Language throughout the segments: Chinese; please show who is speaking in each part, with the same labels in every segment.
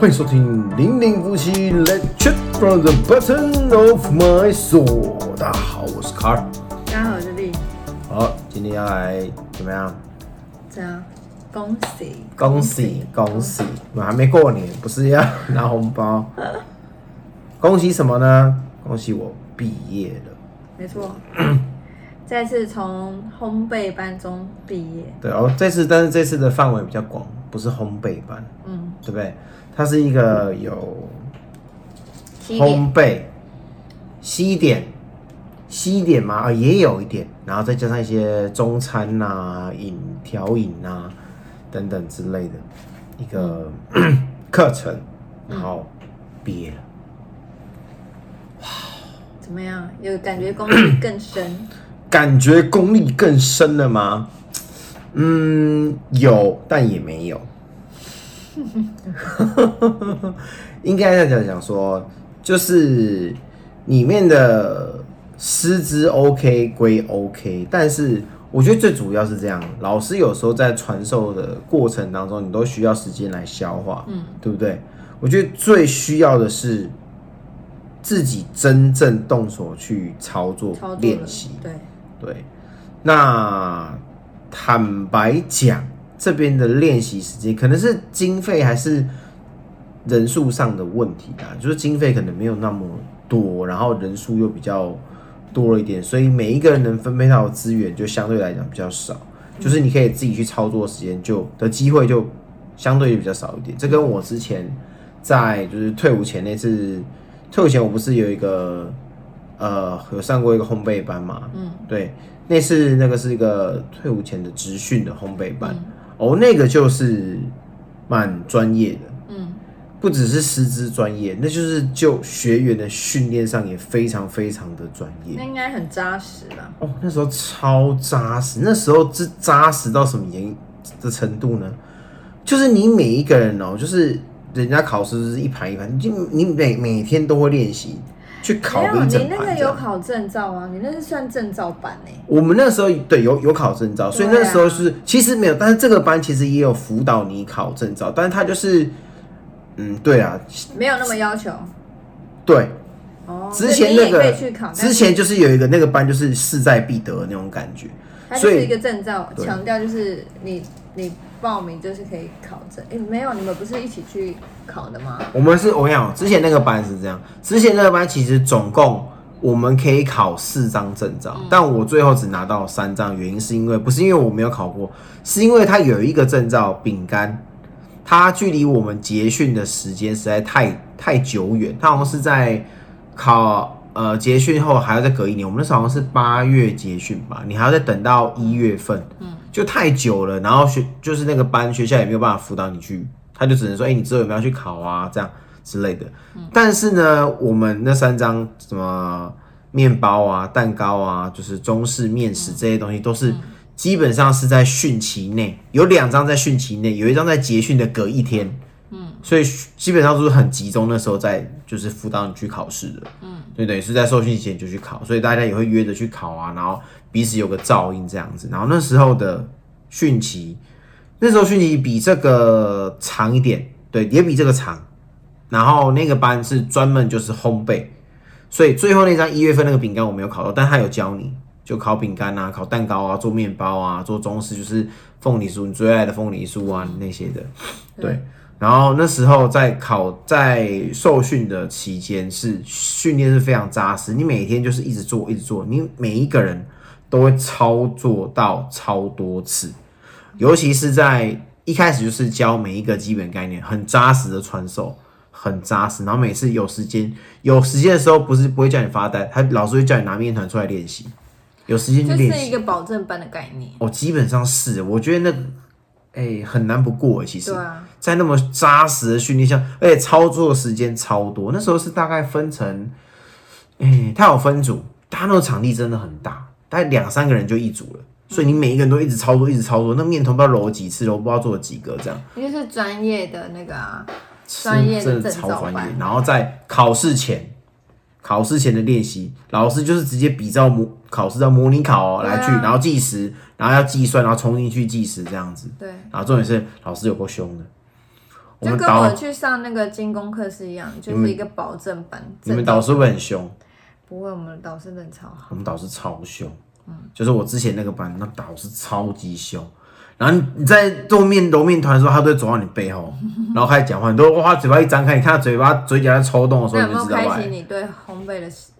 Speaker 1: 欢迎收听《零零夫妻 Let's Chat from the Bottom of My Soul》。大家好，我是卡尔。
Speaker 2: 大家好，我是丽。
Speaker 1: 好，今天要来怎么样？
Speaker 2: 这样，恭喜
Speaker 1: 恭喜恭喜！我们还没过年，不是要拿红包？恭喜什么呢？恭喜我毕业了。
Speaker 2: 没 错，再次从烘焙班中毕业。
Speaker 1: 对哦，这次但是这次的范围比较广，不是烘焙班，
Speaker 2: 嗯，
Speaker 1: 对不对？它是一个有
Speaker 2: 七点
Speaker 1: 烘焙、西点、西点嘛，啊、也有一点，然后再加上一些中餐呐、饮调饮呐等等之类的一个 课程，然后毕业了。
Speaker 2: 怎么样？有感觉功力 更深？
Speaker 1: 感觉功力更深了吗？嗯，有，但也没有。 应该这样讲，说就是里面的师资 OK 归 OK，但是我觉得最主要是这样，老师有时候在传授的过程当中，你都需要时间来消化，
Speaker 2: 嗯，
Speaker 1: 对不对？我觉得最需要的是自己真正动手去操作
Speaker 2: 操作了
Speaker 1: 练习，
Speaker 2: 对，
Speaker 1: 对，那坦白讲，这边的练习时间可能是经费还是人数上的问题啊，就是经费可能没有那么多，然后人数又比较多了一点，所以每一个人能分配到的资源就相对来讲比较少，就是你可以自己去操作的时间就的机会就相对就比较少一点。这跟我之前在就是退伍前那次，退伍前我不是有一个呃有上过一个烘焙班嘛，
Speaker 2: 嗯
Speaker 1: 对，那是那个是一个退伍前的职训的烘焙班、
Speaker 2: 嗯
Speaker 1: 哦，那个就是蛮专业的，
Speaker 2: 嗯
Speaker 1: 不只是师资专业，那就是就学员的训练上也非常非常的专
Speaker 2: 那
Speaker 1: 业。
Speaker 2: 应该很扎实吧？
Speaker 1: 哦，那时候超扎实，那时候是扎实到什么严的程度呢？就是你每一个人哦，就是人家考试就是一盘一盘，就你每每天都会练习去考
Speaker 2: 没有，
Speaker 1: 个一
Speaker 2: 你
Speaker 1: 整
Speaker 2: 那
Speaker 1: 盘
Speaker 2: 个
Speaker 1: 这
Speaker 2: 有
Speaker 1: 样。
Speaker 2: 考证照啊？你那是算证照版欸呢、
Speaker 1: 我们那时候对有有考证照，所以
Speaker 2: 对啊
Speaker 1: 那时候是、其实没有，但是这个班其实也有辅导你考证照，但是他就是，嗯，对啊，
Speaker 2: 没有那么要求。
Speaker 1: 对，
Speaker 2: 哦，
Speaker 1: 之前那
Speaker 2: 所以你也
Speaker 1: 个
Speaker 2: 可以去考，
Speaker 1: 之前就是有一个那个班就是势在必得的那种感觉，
Speaker 2: 但是
Speaker 1: 所
Speaker 2: 它就是
Speaker 1: 以
Speaker 2: 一个证照，
Speaker 1: 对
Speaker 2: 强调就是你你报名就是可以考证。哎、没有，你们不是一起去考的吗？
Speaker 1: 我们是我跟你讲，之前那个班是这样，之前那个班其实总共我们可以考四张证照，但我最后只拿到三张，原因是因为不是因为我没有考过，是因为它有一个证照饼干，它距离我们结训的时间实在太太久远，它好像是在考呃结训后还要再隔一年，我们那时候好像是八月结训吧，你还要再等到一月份，就太久了，然后学就是那个班学校也没有办法辅导你去，他就只能说，哎、你之后有没有要去考啊，这样之类的。但是呢，我们那三张什么面包啊、蛋糕啊，就是中式面食这些东西，都是基本上是在汛期内，有两张在汛期内，有一张在结训的隔一天。嗯，所以基本上都是很集中，那时候在就是辅导你去考试的。嗯，对对，是在受训前就去考，所以大家也会约着去考啊，然后彼此有个照应这样子。然后那时候的汛期，那时候汛期比这个长一点，对，也比这个长。然后那个班是专门就是烘焙，所以最后那张一月份那个饼干我没有烤到，但他有教你就烤饼干啊、烤蛋糕啊、做面包啊、做中式，就是凤梨酥你最爱的凤梨酥啊那些的，对。然后那时候在考在受训的期间是训练是非常扎实，你每天就是一直做一直做，你每一个人都会操作到超多次，尤其是在一开始就是教每一个基本概念，很扎实的传授，很扎实。然后每次有时间有时间的时候，不是不会叫你发呆，他老师会叫你拿面团出来练习，有时间就
Speaker 2: 就
Speaker 1: 练
Speaker 2: 是一
Speaker 1: 习。
Speaker 2: 个保证班的概念。
Speaker 1: 哦，基本上是，我觉得那哎、很难不过哎，其实
Speaker 2: 对。啊，
Speaker 1: 在那么扎实的训练下，而且操作时间超多。那时候是大概分成，哎、它有分组，它那个场地真的很大，大概两三个人就一组了，所以你每一个人都一直操作，一直操作。那面团不知道揉了几次，揉不知道做了几个，这样
Speaker 2: 你就是专业的那个啊，
Speaker 1: 是
Speaker 2: 专业的
Speaker 1: 真的
Speaker 2: 证
Speaker 1: 超
Speaker 2: 照
Speaker 1: 专业
Speaker 2: 班。
Speaker 1: 然后在考试前，考试前的练习，老师就是直接比照模考试的模拟考、哦、来去，
Speaker 2: 对啊
Speaker 1: 然后计时，然后要计算，然后冲进去计时这样子。
Speaker 2: 对，
Speaker 1: 然后重点是老师有够凶的，我们
Speaker 2: 就跟我
Speaker 1: 导
Speaker 2: 去上那个精工课是一样，就
Speaker 1: 你们
Speaker 2: 是一个保证班。
Speaker 1: 你们
Speaker 2: 真的
Speaker 1: 导师会不会很凶？
Speaker 2: 不会，我们导师人超好。
Speaker 1: 我们导师超凶，
Speaker 2: 嗯
Speaker 1: 就是我之前那个班，那导师超级凶。然后你在做面揉面团的时候，他都会走到你背后，然后开始讲话，你都哇嘴巴一张开，你看他嘴巴嘴角在抽动的时
Speaker 2: 那
Speaker 1: 候，
Speaker 2: 有
Speaker 1: 你
Speaker 2: 没
Speaker 1: 就
Speaker 2: 有
Speaker 1: 知道
Speaker 2: 开
Speaker 1: 来
Speaker 2: 启。你对烘焙的喜？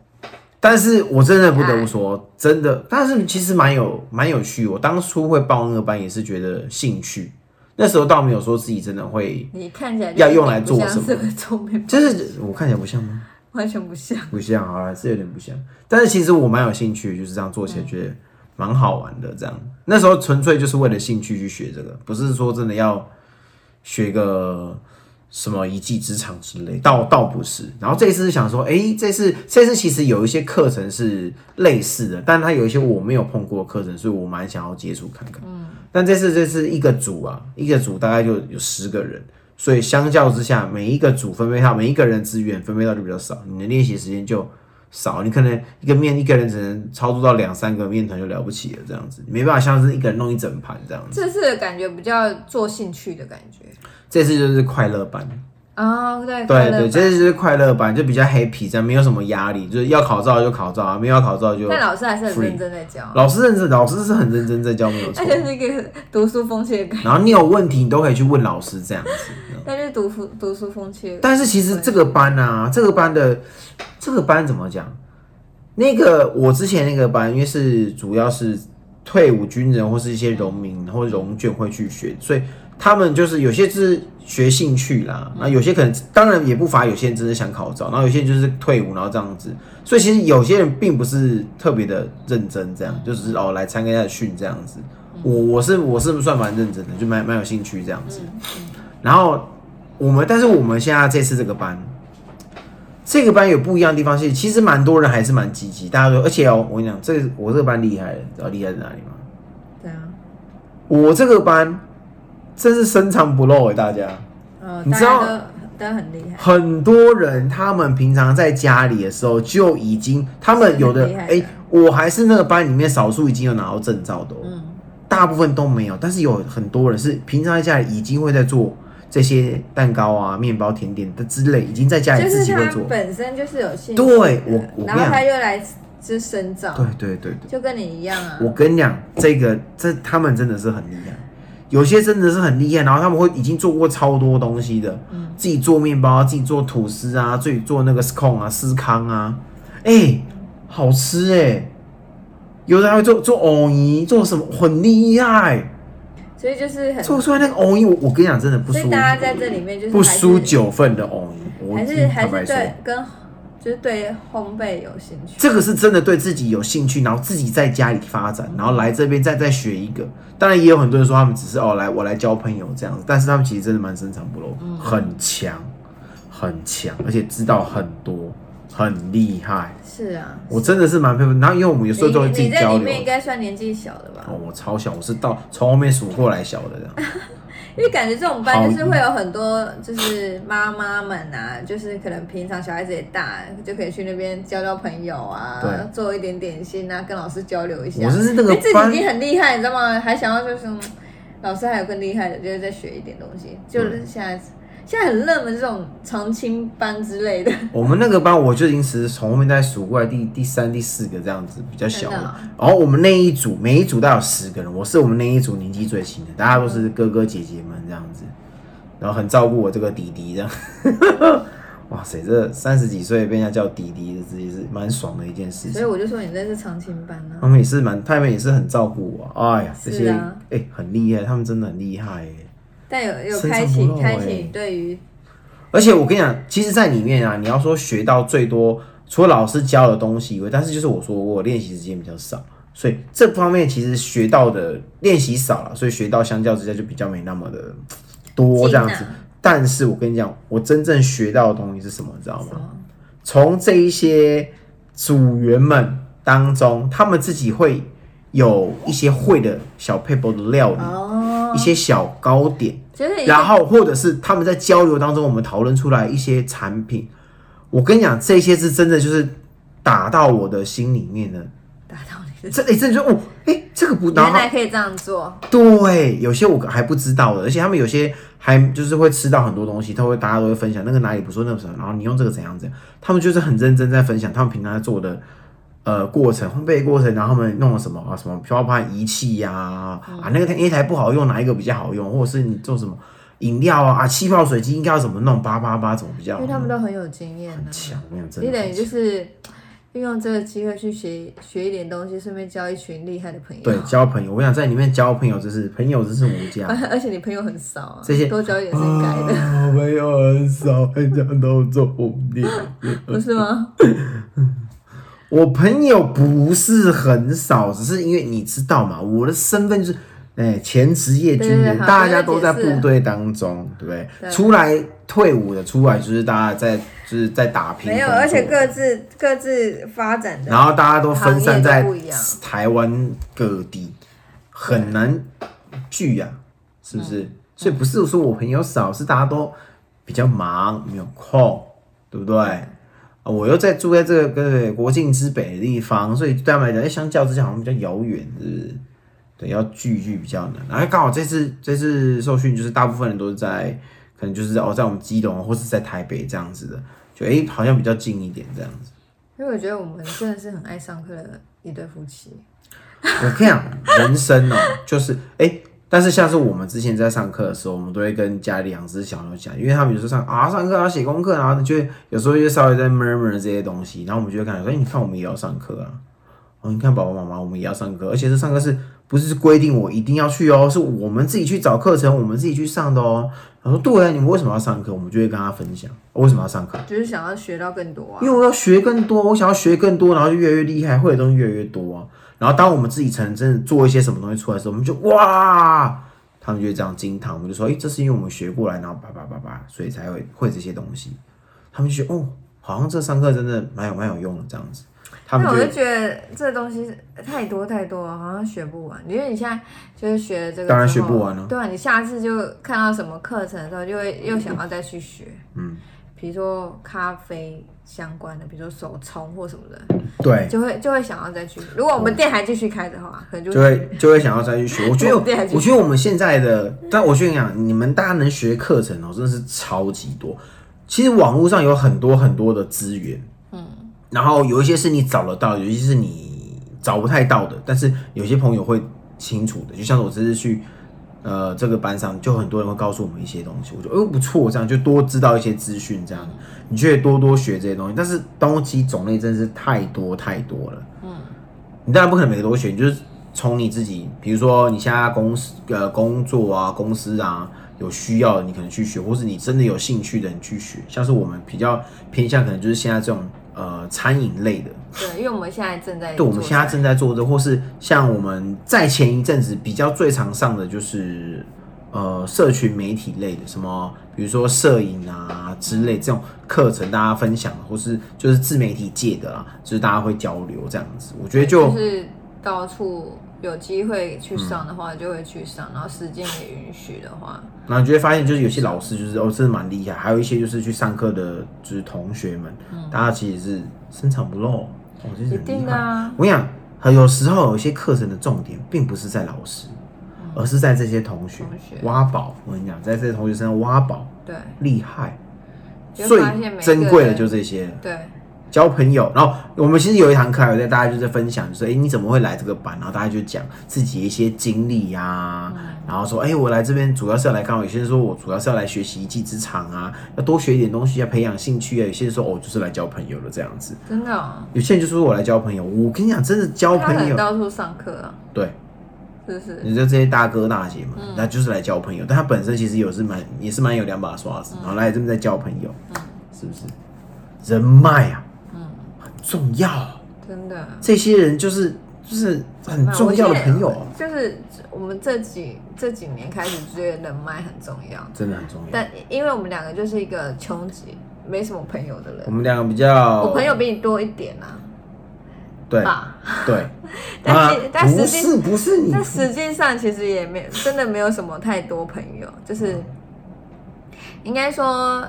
Speaker 1: 但是我真的不得不说，真的，但是其实蛮有蛮有趣。我当初会报那个班也是觉得兴趣，那时候倒没有说自己真的会，
Speaker 2: 你看起来就是
Speaker 1: 要用来做
Speaker 2: 不像
Speaker 1: 什么
Speaker 2: 是个聪 明，
Speaker 1: 就是我看起来不像吗？
Speaker 2: 完全不像。
Speaker 1: 不像，好啦，是有点不像。但是其实我蛮有兴趣，就是这样做起来觉得蛮好玩的。这样那时候纯粹就是为了兴趣去学这个，不是说真的要学个什么一技之长之类，倒倒不是。然后这一次是想说，诶，这次这次其实有一些课程是类似的，但它有一些我没有碰过的课程，所以我蛮想要接触看看。嗯，但这次这次一个组啊，一个组大概就有十个人。所以相较之下，每一个组分配到每一个人资源分配到就比较少，你的练习时间就少，你可能一个面一个人只能操作到两三个面团就了不起了，这样子没办法像是一个人弄一整盘这样子。
Speaker 2: 这次的感觉比较做兴趣的感觉。
Speaker 1: 这次就是快乐班，
Speaker 2: 哦，对
Speaker 1: 对
Speaker 2: 快乐
Speaker 1: 对，
Speaker 2: 班
Speaker 1: 这次就是快乐班，就比较 happy，这样没有什么压力，就是要考照就考照啊，没有要考照就
Speaker 2: 但老师还是很
Speaker 1: free
Speaker 2: 认真在教，
Speaker 1: 老师认真，老师是很认真在教，没有错
Speaker 2: 那。就是一个读书风气的感觉，
Speaker 1: 然后你有问题，你都可以去问老师这样子。
Speaker 2: 那就是读书读书风气的感
Speaker 1: 但是其实这个班啊，这个班的这个班怎么讲？那个我之前那个班，因为是主要是退伍军人或是一些农民或农眷会去学，所以他们就是有些是学兴趣啦，那有些可能当然也不乏有些人真的想考照，然后有些人就是退伍然后这样子，所以其实有些人并不是特别的认真，这样就只是哦来参加一下训这样子。我我是我是算蛮认真的，就蛮蛮有兴趣这样子。然后我们，但是我们现在这次这个班，这个班有不一样的地方是，其实蛮多人还是蛮积极，大家都，而且哦，我跟你讲，这个我这个班厉害了，你知道厉害在哪里吗？
Speaker 2: 觉。对啊，
Speaker 1: 我这个班真是深藏不露给欸大家。
Speaker 2: 呃，
Speaker 1: 你
Speaker 2: 大
Speaker 1: 知道
Speaker 2: 家都都很厉害，
Speaker 1: 很多人他们平常在家里的时候就已经，他们有的
Speaker 2: 是很厉害
Speaker 1: 哎、
Speaker 2: 的
Speaker 1: 我还是那个班里面少数已经有拿到证照的、哦，
Speaker 2: 嗯，
Speaker 1: 大部分都没有，但是有很多人是平常在家里已经会在做这些蛋糕啊、面包、甜点的之类，已经在家里
Speaker 2: 就
Speaker 1: 自
Speaker 2: 是
Speaker 1: 己会
Speaker 2: 他
Speaker 1: 做。
Speaker 2: 本身就是有兴趣的，
Speaker 1: 对我我跟你
Speaker 2: 然后
Speaker 1: 讲
Speaker 2: 他又来就深造，
Speaker 1: 对对对对，
Speaker 2: 就跟你一样啊，
Speaker 1: 我跟你讲，这个这他们真的是很厉害，有些真的是很厉害，然后他们会已经做过超多东西的，
Speaker 2: 嗯
Speaker 1: 自己做面包啊，自己做吐司啊，自己做那个 scone 啊、司康啊，哎、好吃哎、有的还会做做藕泥，做什么很厉害，
Speaker 2: 所以就是很，
Speaker 1: 做出来那个藕泥，我我跟你讲，真的不
Speaker 2: 所
Speaker 1: 输
Speaker 2: 以大家在这里面就是
Speaker 1: 不
Speaker 2: 还是
Speaker 1: 输九份的藕泥，我
Speaker 2: 还是还
Speaker 1: 坦白
Speaker 2: 是
Speaker 1: 说。
Speaker 2: 对跟就是对烘焙有兴趣，
Speaker 1: 这个是真的对自己有兴趣，然后自己在家里发展，然后来这边再再学一个。当然也有很多人说他们只是哦来我来交朋友这样子，但是他们其实真的蛮深藏不露，
Speaker 2: 嗯
Speaker 1: 很强，很强，而且知道很多，很厉害。
Speaker 2: 是啊，
Speaker 1: 我真的是蛮佩服。然后因为我们有时候都会自
Speaker 2: 你
Speaker 1: 己
Speaker 2: 你在
Speaker 1: 交
Speaker 2: 里
Speaker 1: 流
Speaker 2: 面。应该算年纪小的吧
Speaker 1: 哦，，我超小，我是到从后面数过来小的这 样。
Speaker 2: 因为感觉这种班就是会有很多就是妈妈们啊，就是可能平常小孩子也大，就可以去那边交交朋友啊
Speaker 1: 对，
Speaker 2: 做一点点心啊，跟老师交流一下。
Speaker 1: 我就是那个
Speaker 2: 哎自己
Speaker 1: 班
Speaker 2: 已，经很厉害，你知道吗？还想要就是嗯老师还有更厉害的，就是再学一点东西。
Speaker 1: 嗯
Speaker 2: 就是现在现在很热门这种常青班之类的，
Speaker 1: 我们那个班我就已经是从后面再数过来第第三、第四个这样子比较小
Speaker 2: 真的
Speaker 1: 了
Speaker 2: 啊。
Speaker 1: 然后我们那一组每一组大概有十个人，我是我们那一组年纪最轻的，大家都是哥哥姐姐们这样子，然后很照顾我这个弟弟这样。 哇塞，这三十几岁被人家叫弟弟，这也是蛮爽的一件事
Speaker 2: 所
Speaker 1: 情
Speaker 2: 以。我就说你这是常青班啊
Speaker 1: 他。们也是蛮，他们也是很照顾我、哎呀，这些
Speaker 2: 是
Speaker 1: 哎、
Speaker 2: 啊
Speaker 1: 很厉害，他们真的很厉害耶、
Speaker 2: 但有有
Speaker 1: 深藏
Speaker 2: 开
Speaker 1: 不
Speaker 2: 启
Speaker 1: 露
Speaker 2: 开
Speaker 1: 欸
Speaker 2: 启对于
Speaker 1: 而且我跟你讲，其实，在里面啊，你要说学到最多，除了老师教的东西以外，但是就是我说我练习时间比较少，所以这方面其实学到的练习少了，所以学到相较之下就比较没那么的多这样子
Speaker 2: 精啊。
Speaker 1: 但是我跟你讲，我真正学到的东西是什么，你知道
Speaker 2: 什
Speaker 1: 吗？
Speaker 2: 么
Speaker 1: 从这一些组员们当中，他们自己会有一些会的小 paper 的料理，
Speaker 2: 哦
Speaker 1: 一，些小糕点。
Speaker 2: 就是一个
Speaker 1: 然后或者是他们在交流当中，我们讨论出来一些产品。我跟你讲，这些是真的就是打到我的心里面的，
Speaker 2: 打到你事。
Speaker 1: 这一阵就哦，哎、这个不然
Speaker 2: 原
Speaker 1: 后
Speaker 2: 来可以这样做，
Speaker 1: 对，有些我还不知道的，而且他们有些还就是会吃到很多东西，他会大家都会分享那个哪里不错，那个什么，然后你用这个怎样怎样，他们就是很认真在分享他们平常在做的呃过程，烘焙的过程，然后他们弄了什么啊什么
Speaker 2: 嗯
Speaker 1: 漂盘仪器呀啊,、那个台那一台不好用，哪一个比较好用，或者是你做什么饮料啊啊气泡水机应该要怎么弄，叭叭叭怎么比较
Speaker 2: 因
Speaker 1: 好
Speaker 2: 为
Speaker 1: 用
Speaker 2: 他们都很有经验呢、
Speaker 1: 嗯很强，我想真
Speaker 2: 你
Speaker 1: 的
Speaker 2: 等
Speaker 1: 很
Speaker 2: 于
Speaker 1: 强。
Speaker 2: 就是运用这个机会去学学一点东西，顺便交一群厉害的朋友。
Speaker 1: 对，交朋友，我想在里面交朋友，就是朋友，就是无价。
Speaker 2: 而而且你朋友很少啊，
Speaker 1: 这些
Speaker 2: 多交一点是应该的，
Speaker 1: 啊朋友很少，人家都做不定。嗯
Speaker 2: 不是吗？
Speaker 1: 我朋友不是很少，只是因为你知道嘛，我的身份就是。哎、前职业军
Speaker 2: 对对
Speaker 1: 人，
Speaker 2: 对好
Speaker 1: 大家都在
Speaker 2: 不要解释
Speaker 1: 部队当中，对不对？
Speaker 2: 对
Speaker 1: 出来退伍的，出来就是大家在就是在打拼工
Speaker 2: 没
Speaker 1: 作，
Speaker 2: 有，而且各自各自发展的
Speaker 1: 然后大家都分散在
Speaker 2: 行业都不一样
Speaker 1: 台湾各地，很难聚呀、是不是？
Speaker 2: 嗯
Speaker 1: 所以不是说我朋友少，是大家都比较忙，没有空，对不对？啊我又在住在这个对国境之北的地方，所以对他们来讲，哎相较之下好像比较遥远，是不是？对，要聚一聚比较难。然后刚好这次这次受训，就是大部分人都是在，可能就是哦，在我们基隆或是在台北这样子的，就哎、好像比较近一点这样子。
Speaker 2: 因为我觉得我们真的是很爱上课的一对夫妻，
Speaker 1: 我跟你讲，人生哦、就是哎、诶但是像是我们之前在上课的时候，我们都会跟家里两只小牛讲，因为他们有时候上啊上课要写功课，然后就会有时候就稍微在 murmur 这些东西，然后我们就会看，哎、你看我们也要上课啊，哦，你看爸爸妈妈我们也要上课，而且这上课是不是规定我一定要去哦？是我们自己去找课程，我们自己去上的哦。他说对啊，你们为什么要上课？我们就会跟他分享、哦为什么要上课。
Speaker 2: 就是想要学到更多啊
Speaker 1: 因。为我要学更多，我想要学更多，然后就越来越厉害，会的东西越来越多啊。然后当我们自己成真的做一些什么东西出来的时候，我们就哇，他们就会这样惊叹，我们就说，诶、这是因为我们学过来，然后叭叭叭叭，所以才会会这些东西。他们就觉得哦，好像这上课真的蛮有蛮有用的这样子。他们
Speaker 2: 那
Speaker 1: 就
Speaker 2: 我
Speaker 1: 会
Speaker 2: 就觉得这东西太多太多了，好像学不完。因为你现在就是学了这个，
Speaker 1: 当然学不完啊。
Speaker 2: 对啊，你下次就看到什么课程的时候，就会又想要再去学。
Speaker 1: 嗯，
Speaker 2: 比如说咖啡相关的，比如说手冲或什么的，
Speaker 1: 对，
Speaker 2: 就会就会想要再去。如果我们店还继续开的话，可能就
Speaker 1: 哦就会就会想要再去学。我觉得
Speaker 2: 我们还继续
Speaker 1: 我觉得我们现在的，但我跟你讲，你们大家能学的课程哦、真的是超级多。其实网络上有很多很多的资源，嗯，然后有一些是你找得到，有一些是你找不太到的，但是有些朋友会清楚的。就像我这次去。呃，这个班上就很多人会告诉我们一些东西，我觉得哦不错，这样就多知道一些资讯，这样你就会多多学这些东西。但是东西种类真是太多太多了，你当然不可能每个都学，你就是从你自己，比如说你现在公司呃工作啊、公司啊有需要的，你可能去学，或是你真的有兴趣的，你去学。像是我们比较偏向，可能就是现在这种呃餐饮类的，
Speaker 2: 对，因为我们现在正在
Speaker 1: 对，我们
Speaker 2: 做
Speaker 1: 现在
Speaker 2: 菜
Speaker 1: 正在做的，或是像我们在前一阵子比较最常上的就是呃社群媒体类的，什么比如说摄影啊之类这种课程，大家分享，或是就是自媒体界的啦，就是大家会交流这样子。我觉得就
Speaker 2: 就是到处有机会去上的话，就会去上，然后时间也允许的话，
Speaker 1: 然后你就会发现，就是有些老师就是哦，真的蛮厉害，还有一些就是去上课的，就是同学们，大家其实是深藏不露，哦，真是
Speaker 2: 嗯一
Speaker 1: 很厉
Speaker 2: 定的
Speaker 1: 害。
Speaker 2: 啊。
Speaker 1: 我跟你讲，很有时候有一些课程的重点并不是在老师，而是在这些同学
Speaker 2: 嗯同学
Speaker 1: 挖宝。我跟你讲，在这些同学身上挖宝，
Speaker 2: 对
Speaker 1: 厉害，
Speaker 2: 就
Speaker 1: 最
Speaker 2: 发现每个
Speaker 1: 珍贵的
Speaker 2: 人
Speaker 1: 就这些了。
Speaker 2: 对，
Speaker 1: 交朋友，然后我们其实有一堂课，有在大家就在分享，就是哎、诶你怎么会来这个班？然后大家就讲自己一些经历呀、
Speaker 2: 嗯
Speaker 1: 然后说哎、诶我来这边主要是要来干嘛？有些人说我主要是要来学习一技之长啊，要多学一点东西啊，培养兴趣啊。有些人说哦，我就是来交朋友的这样子。
Speaker 2: 真的、哦。
Speaker 1: 有些人就说我来交朋友，我跟你讲，真的交
Speaker 2: 他
Speaker 1: 朋
Speaker 2: 很
Speaker 1: 友，嗯
Speaker 2: 到处上课啊，
Speaker 1: 对，
Speaker 2: 是不是？
Speaker 1: 你就这些大哥大姐嘛，
Speaker 2: 嗯
Speaker 1: 那、就是来交朋友，但他本身其实有是蛮也是蛮有两把刷
Speaker 2: 嗯
Speaker 1: 子，然后来这边在交朋友，是不是？人脉啊，
Speaker 2: 嗯
Speaker 1: 很重要啊、
Speaker 2: 真的。
Speaker 1: 这些人就是就是很
Speaker 2: 那我
Speaker 1: 重要的
Speaker 2: 现在
Speaker 1: 朋友啊，
Speaker 2: 就是我们这几这几年开始觉得人脉很重要，
Speaker 1: 真的很重要。
Speaker 2: 但因为我们两个就是一个穷极没什么朋友的
Speaker 1: 我
Speaker 2: 人，
Speaker 1: 们两个比较，
Speaker 2: 我朋友比你多一点啊，
Speaker 1: 对
Speaker 2: 吧？
Speaker 1: 对，
Speaker 2: 但
Speaker 1: 啊
Speaker 2: 是但实
Speaker 1: 不
Speaker 2: 际
Speaker 1: 是不是你
Speaker 2: 但实际上其实也没真的没有什么太多朋友，就是
Speaker 1: 嗯
Speaker 2: 应该说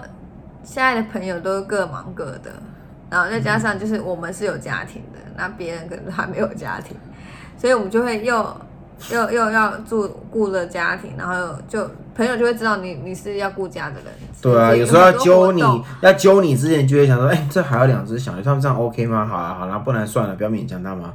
Speaker 2: 现在的朋友都各忙各的，然后再加上就是我们是有家庭的，那别人可能还没有家庭，所以我们就会又又又要住顾了家庭，然后又就朋友就会知道你你是要顾家的人。
Speaker 1: 对啊，
Speaker 2: 所以
Speaker 1: 有时候要
Speaker 2: 很多活
Speaker 1: 揪你
Speaker 2: 动，
Speaker 1: 要揪你之前就会想说，哎、这还有两只小牛，他们这样 OK 吗？好啊，好啦，不然算了，不要勉强他们啊，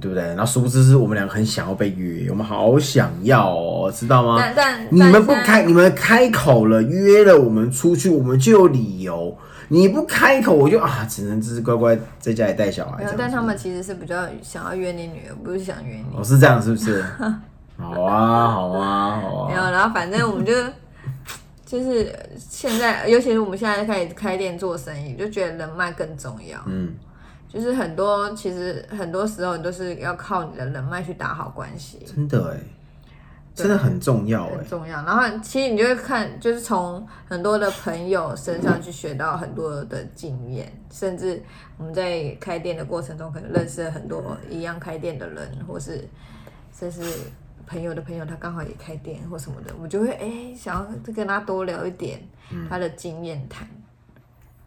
Speaker 1: 对不对？然后殊不知是我们两个很想要被约，我们好想要哦，知道吗？
Speaker 2: 但但
Speaker 1: 你
Speaker 2: 但
Speaker 1: 们不
Speaker 2: 现在
Speaker 1: 开，你们开口了，约了我们出去，我们就有理由。你不开口，我就啊，只能就是乖乖在家里带小孩
Speaker 2: 没
Speaker 1: 这
Speaker 2: 有
Speaker 1: 样，子。
Speaker 2: 但他们其实是比较想要约你女儿，不是想约你。
Speaker 1: 哦，是这样，是不 是？好啊，好啊，好
Speaker 2: 没
Speaker 1: 啊。
Speaker 2: 有，然后反正我们就就是现在，尤其是我们现在开始开店做生意，就觉得人脉更重要。
Speaker 1: 嗯，
Speaker 2: 就是很多其实很多时候你都是要靠你的人脉去打好关系，
Speaker 1: 真的哎，真的很重要哎
Speaker 2: 很。重要。然后其实你就会看，就是从很多的朋友身上去学到很多的经验，甚至我们在开店的过程中，可能认识了很多一样开店的人，或是甚至朋友的朋友，他刚好也开店或什么的，我就会哎、想要跟他多聊一点
Speaker 1: 嗯
Speaker 2: 他的经验谈。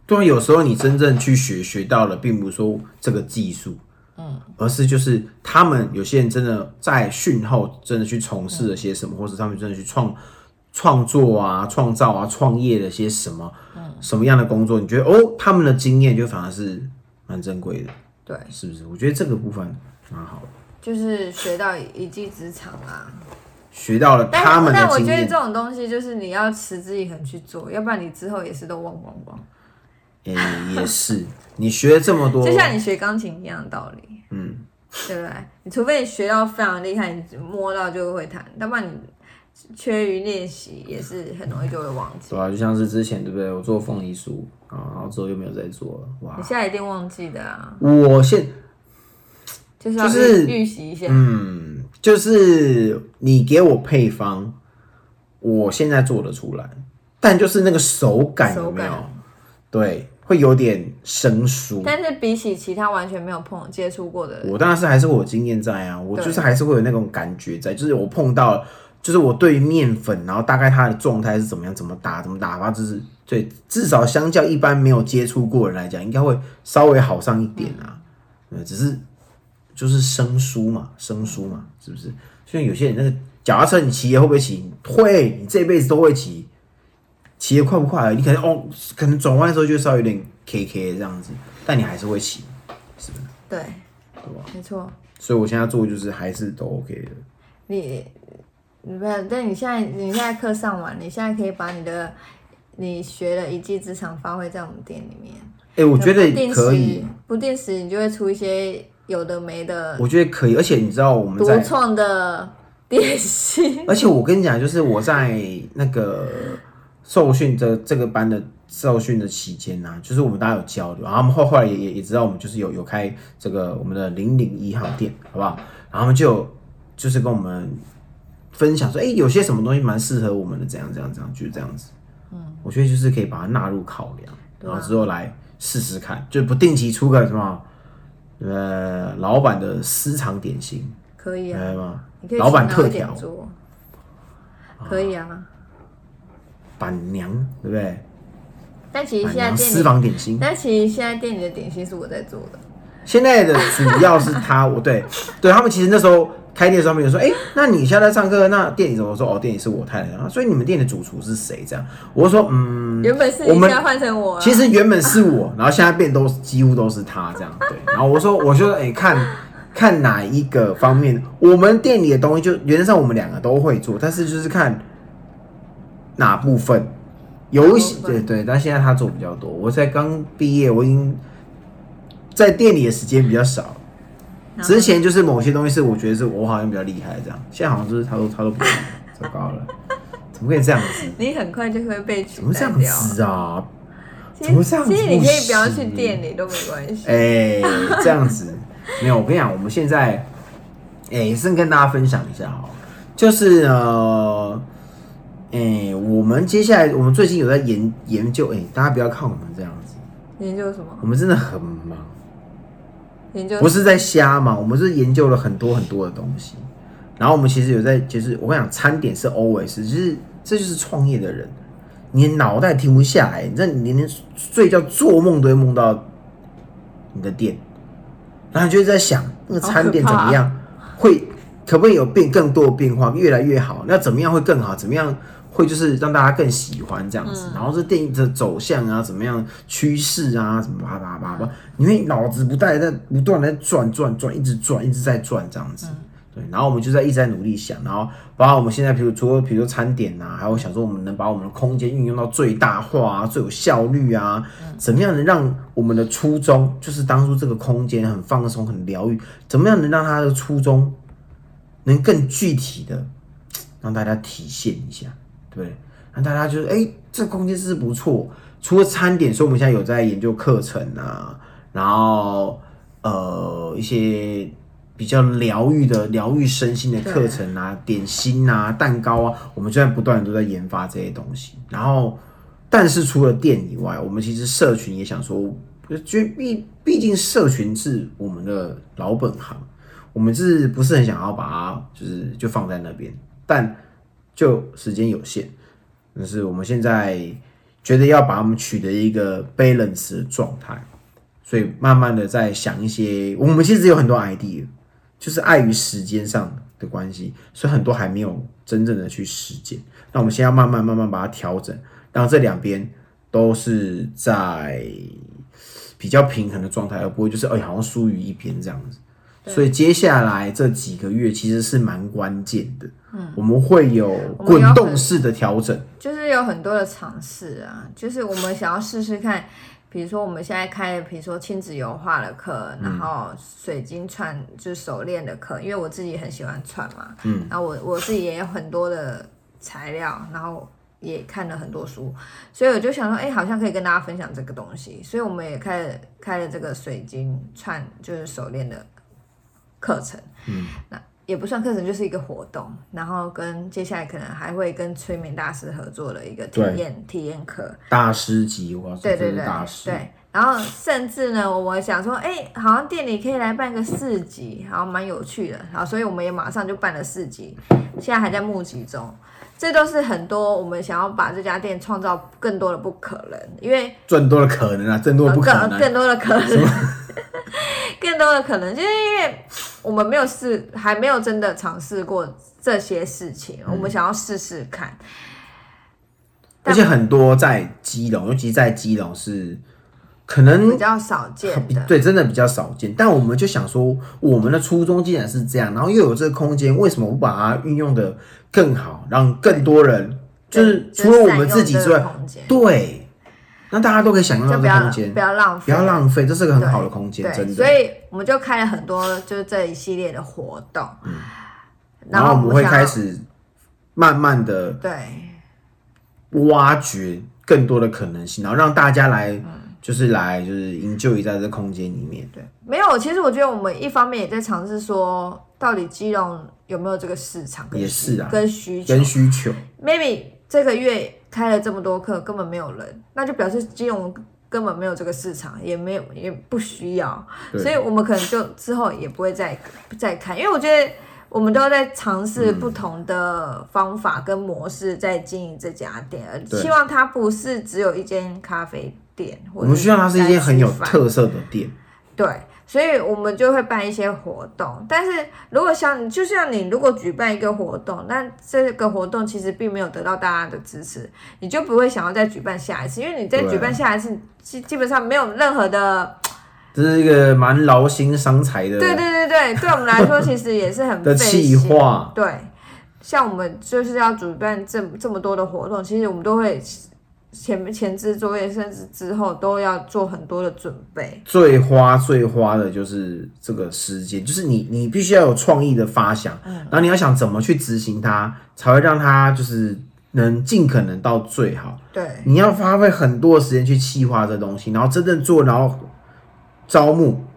Speaker 1: 对啊，有时候你真正去学学到了，并不是说这个技术，嗯，而是就是他们有些人真的在训后真的去从事了些什
Speaker 2: 嗯
Speaker 1: 么，或者他们真的去创创作啊、创造啊、创业了些什么，
Speaker 2: 嗯
Speaker 1: 什么样的工作，你觉得哦，他们的经验就反而是蛮珍贵的，
Speaker 2: 对，
Speaker 1: 是不是？我觉得这个部分蛮好的，
Speaker 2: 就是学到一技之长啊。
Speaker 1: 学到了
Speaker 2: 但
Speaker 1: 嗯他们
Speaker 2: 但
Speaker 1: 的
Speaker 2: 我
Speaker 1: 经
Speaker 2: 觉得
Speaker 1: 验
Speaker 2: 这。种东西就是你要持之以恒去做，要不然你之后也是都忘光光。
Speaker 1: 也也是，你学了这么多，
Speaker 2: 就像你学钢琴一样的道理，
Speaker 1: 嗯，
Speaker 2: 对不对？你除非你学到非常厉害，你摸到就会弹，要不然你缺于练习也是很容易就会忘记
Speaker 1: 对。啊，就像是之前对不对？我做凤梨酥啊，然后之后又没有再做了，哇
Speaker 2: 你！现在一定忘记的啊，
Speaker 1: 我现
Speaker 2: 就是要
Speaker 1: 就是
Speaker 2: 预预习一下。
Speaker 1: 嗯，就是你给我配方，我现在做得出来，但就是那个手感有没有
Speaker 2: 手感？
Speaker 1: 对，会有点生疏。
Speaker 2: 但是比起其他完全没有碰接触过的人，
Speaker 1: 我当然是还是会有经验在啊，我
Speaker 2: 对
Speaker 1: 就是还是会有那种感觉在，就是我碰到了，就是我对于面粉，然后大概它的状态是怎么样，怎么打，怎么打，它就是对，至少相较一般没有接触过的人来讲，应该会稍微好上一点啊，嗯，只是就是生疏嘛，生疏嘛，是不是？所以有些人那个脚踏车你骑也会不会骑？会，你这辈子都会骑。骑得快不快？你可能哦，可能转弯的时候就稍微有点 K K 这样子，但你还是会骑。
Speaker 2: 对，没错。
Speaker 1: 所以我现在做就是还是都 OK 的。
Speaker 2: 你，你不是，但你现在你现在课上完，你现在可以把你的你学的一技之长发挥在我们店里面。
Speaker 1: 哎、我觉
Speaker 2: 不
Speaker 1: 得
Speaker 2: 定
Speaker 1: 可
Speaker 2: 时
Speaker 1: 以，
Speaker 2: 不定时你就会出一些有的没的
Speaker 1: 我觉得可以，而且你知道我们
Speaker 2: 独
Speaker 1: 在，
Speaker 2: 创的点心。
Speaker 1: 而且我跟你讲，就是我在那个受训这这个班的受训的期间呢、就是我们大家有交流，然后他们后后来也也也知道我们就是有有开这个我们的零零一号店，好不好？然后他们就有就是跟我们分享说，哎、有些什么东西蛮适合我们的，怎样怎样怎样，就是这样子。嗯，我觉得就是可以把它纳入考量，然
Speaker 2: 啊
Speaker 1: 后之后来试试看，就不定期出个什么，呃，老板的私藏点心，
Speaker 2: 可以
Speaker 1: 明
Speaker 2: 啊，
Speaker 1: 白吗
Speaker 2: 你可？以
Speaker 1: 呃老板
Speaker 2: 勤劳
Speaker 1: 特
Speaker 2: 一点
Speaker 1: 调，
Speaker 2: 做，可以啊。
Speaker 1: 板娘，对不对？
Speaker 2: 但其实
Speaker 1: 板
Speaker 2: 现在
Speaker 1: 娘
Speaker 2: 店
Speaker 1: 私
Speaker 2: 里，
Speaker 1: 房点心，
Speaker 2: 但其实现在店里的点心是我在做的，
Speaker 1: 现在的主要是他，我对 对他们其实那时候开店的时候，他们就说，哎、那你现在在上课，那店里怎么说？哦，店里是我太太，然后所以你们店的主厨是谁？这样，我就说，嗯，
Speaker 2: 原本是你
Speaker 1: 我
Speaker 2: 现
Speaker 1: 们
Speaker 2: 在换成我啊。
Speaker 1: 其实原本是我， 然后现在变都是几乎都是他这样，对。然后我说，我就哎、诶看看哪一个方面，我们店里的东西就原则上我们两个都会做，但是就是看哪部分有一些
Speaker 2: 哪部
Speaker 1: 对
Speaker 2: 分
Speaker 1: 对，但现在他做比较多。我在刚毕业，我已经在店里的时间比较少。
Speaker 2: 然后
Speaker 1: 之前就是某些东西是我觉得是我好像比较厉害这样，现在好像就是他都他都不厉害，糟糕了，怎么可以这样子？
Speaker 2: 你很快就会被取
Speaker 1: 怎么这
Speaker 2: 代
Speaker 1: 样
Speaker 2: 掉。
Speaker 1: 子啊？
Speaker 2: 其
Speaker 1: 怎么
Speaker 2: 实
Speaker 1: 这样子
Speaker 2: 其实你可以不要
Speaker 1: 不
Speaker 2: 去
Speaker 1: 行
Speaker 2: 店里都没关系。
Speaker 1: 哎、这样子没有。我跟你讲，我们现在，哎、也是跟大家分享一下哈，就是呃，哎、我们接下来我们最近有在研研究，哎、大家不要看我们这样子，
Speaker 2: 研究什么？
Speaker 1: 我们真的很忙，
Speaker 2: 研究
Speaker 1: 不是在瞎忙，我们是研究了很多很多的东西。然后我们其实有在，其实我跟你讲，餐点是 always，就是这就是创业的人，你的脑袋停不下来，你这你连睡觉做梦都会梦到你的店，然后你就会在想那个餐点怎么样，会可不可以有变更多的变化，越来越好？那怎么样会更好？怎么样会就是让大家更喜欢这样子？然后这电影的走向啊，怎么样趋势啊，什么叭叭叭叭，因为脑子不带在不断地在转转转，一直转，一直在转这样子。对，然后我们就在一直在努力想，然后包括我们现在，比如除了比如说餐点啊，还有想说我们能把我们的空间运用到最大化啊，最有效率啊，怎么样能让我们的初衷，就是当初这个空间很放松、很疗愈，怎么样能让它的初衷能更具体的让大家体现一下，对不对，让大家就是哎、这空间是不错。除了餐点，所以我们现在有在研究课程啊，然后呃一些比较疗愈的、疗愈身心的课程啊，点心啊、蛋糕啊，我们就在不断的都在研发这些东西。然后，但是除了店以外，我们其实社群也想说，呃就毕毕竟社群是我们的老本行，我们是不是很想要把它就是就放在那边？但就时间有限，但是我们现在觉得要把我们取得一个 balance 的状态，所以慢慢的在想一些，我们其实有很多 idea，就是碍于时间上的关系，所以很多还没有真正的去实践。那我们先要慢慢慢慢把它调整，让这两边都是在比较平衡的状态，而不会就是哎、好像疏于一边这样子。所以接下来这几个月其实是蛮关键的，嗯，我们会有
Speaker 2: 我们
Speaker 1: 滚
Speaker 2: 要很
Speaker 1: 动式的调整，
Speaker 2: 就是有很多的尝试啊，就是我们想要试试看，比如说我们现在开，比如说亲子油画的课，然后水晶串就是手链的课，因为我自己很喜欢串嘛，嗯，然后我我自己也有很多的材料，然后也看了很多书，所以我就想说，哎、好像可以跟大家分享这个东西，所以我们也开了开了这个水晶串就是手链的课程，嗯，那也不算课程，就是一个活动，然后跟接下来可能还会跟催眠大师合作的一个体
Speaker 1: 对
Speaker 2: 验体验课，
Speaker 1: 大师级，我要说
Speaker 2: 对
Speaker 1: 这
Speaker 2: 对
Speaker 1: 是
Speaker 2: 对
Speaker 1: 大师，
Speaker 2: 对。然后甚至呢，我们想说，哎、好像店里可以来办个市集，好像蛮有趣的。好，所以我们也马上就办了市集，现在还在募集中。这都是很多我们想要把这家店创造更多的不可能，因为呃
Speaker 1: 赚多了可能啊，挣多了不可能
Speaker 2: 更
Speaker 1: 啊、
Speaker 2: 更多的可能， 更多的可能，就是因为我们没有试，还没有真的尝试过这些事情，我
Speaker 1: 嗯
Speaker 2: 们想要试试看。
Speaker 1: 而且很多在基隆，尤其在基隆是可能
Speaker 2: 比较少见
Speaker 1: 嗯比
Speaker 2: 的，
Speaker 1: 对，真的比较少见。但我们就想说，我们的初衷既然是这样，然后又有这个空间，为什么不把它运用的更好，让更多人就是除了我们自己之
Speaker 2: 就是善用这
Speaker 1: 外
Speaker 2: 个，空间
Speaker 1: 对，让大家都可以享用
Speaker 2: 就
Speaker 1: 到嗯
Speaker 2: 不
Speaker 1: 这个空
Speaker 2: 要
Speaker 1: 间
Speaker 2: 不，要浪费，
Speaker 1: 不要浪费，这是个很好的空间，
Speaker 2: 对，
Speaker 1: 真
Speaker 2: 所
Speaker 1: 的。
Speaker 2: 以我们就开了很多就是这一系列的活动，
Speaker 1: 嗯然后我们会
Speaker 2: 想
Speaker 1: 开
Speaker 2: 要
Speaker 1: 始慢慢的
Speaker 2: 对
Speaker 1: 挖掘更多的可能性，然后让大家来，就是来就是营救一在这空间里面。
Speaker 2: 嗯对，没有。其实我觉得我们一方面也在尝试说，到底基隆有没有这个市场跟
Speaker 1: 也
Speaker 2: 需
Speaker 1: 是啊
Speaker 2: 跟需求
Speaker 1: 跟需求，
Speaker 2: maybe 这个月开了这么多课，根本没有人，那就表示金融根本没有这个市场，也没有也不需要，
Speaker 1: 对
Speaker 2: 所以我们可能就之后也不会再再看，因为我觉得我们都在尝试不同的方法跟模式在经营这家店，而
Speaker 1: 对
Speaker 2: 希望它不是只有一间咖啡店，或
Speaker 1: 我们
Speaker 2: 者
Speaker 1: 希望它是一间很有
Speaker 2: 来吃饭
Speaker 1: 特色的店。
Speaker 2: 对，所以我们就会办一些活动。但是如果像你，就像你如果举办一个活动，那这个活动其实并没有得到大家的支持，你就不会想要再举办下一次，因为你再
Speaker 1: 对
Speaker 2: 举办下一次，基基本上没有任何的，
Speaker 1: 这是一个蛮劳心伤财的
Speaker 2: 对对对对，对我们来说其实也是很
Speaker 1: 的
Speaker 2: 费
Speaker 1: 气
Speaker 2: 心
Speaker 1: 化，
Speaker 2: 对，像我们就是要主办这这么多的活动，其实我们都会前前置作业，甚至之后都要做很多的准备。
Speaker 1: 最花最花的就是这个时间，就是你你必须要有创意的发想，
Speaker 2: 嗯
Speaker 1: 然后你要想怎么去执行它，才会让它就是能尽可能到最好。
Speaker 2: 对，
Speaker 1: 你要花费很多时间去细化这东西，然后真正做，然后招募，嗯，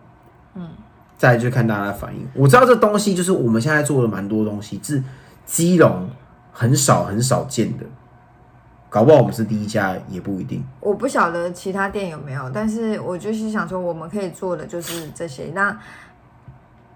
Speaker 1: 再来就看大家的反应。我知道这东西就是我们现在做的蛮多东西，是基隆很少很少见的，搞不好我们是第一家也不一定。
Speaker 2: 我不晓得其他店有没有，但是我就是想说，我们可以做的就是这些。那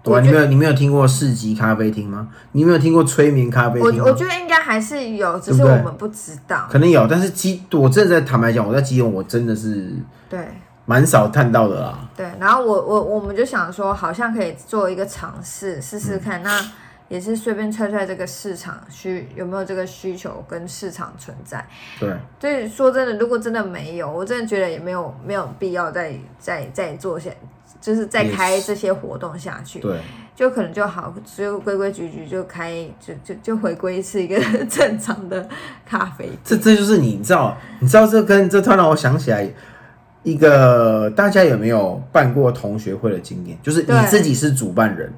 Speaker 1: 对
Speaker 2: 我
Speaker 1: 啊，
Speaker 2: 觉
Speaker 1: 你没有你没有听过市集咖啡厅吗？你没有听过催眠咖啡
Speaker 2: 我
Speaker 1: 厅
Speaker 2: 我
Speaker 1: 吗？
Speaker 2: 觉得应该还是有，只
Speaker 1: 对
Speaker 2: 是
Speaker 1: 不
Speaker 2: 我
Speaker 1: 对
Speaker 2: 们不知道。
Speaker 1: 可能有，但是基我真的在坦白讲，我在基隆我真的是
Speaker 2: 对
Speaker 1: 蛮少看到的啦。嗯
Speaker 2: 对，然后我我我们就想说，好像可以做一个尝试，试试看。那也是随便踹踹这个市场需有没有这个需求跟市场存在。
Speaker 1: 对，
Speaker 2: 所以说真的，如果真的没有，我真的觉得也没有没有必要再再再做下，就是再
Speaker 1: 也
Speaker 2: 开
Speaker 1: 是
Speaker 2: 这些活动下去。
Speaker 1: 对，
Speaker 2: 就可能就好，只有规规矩矩就开，就就就回归是一个 正常的咖啡店。
Speaker 1: 这这就是你知道，你知道这跟这突然让我想起来一个，大家有没有办过同学会的经验？就是你
Speaker 2: 对
Speaker 1: 自己是主办人，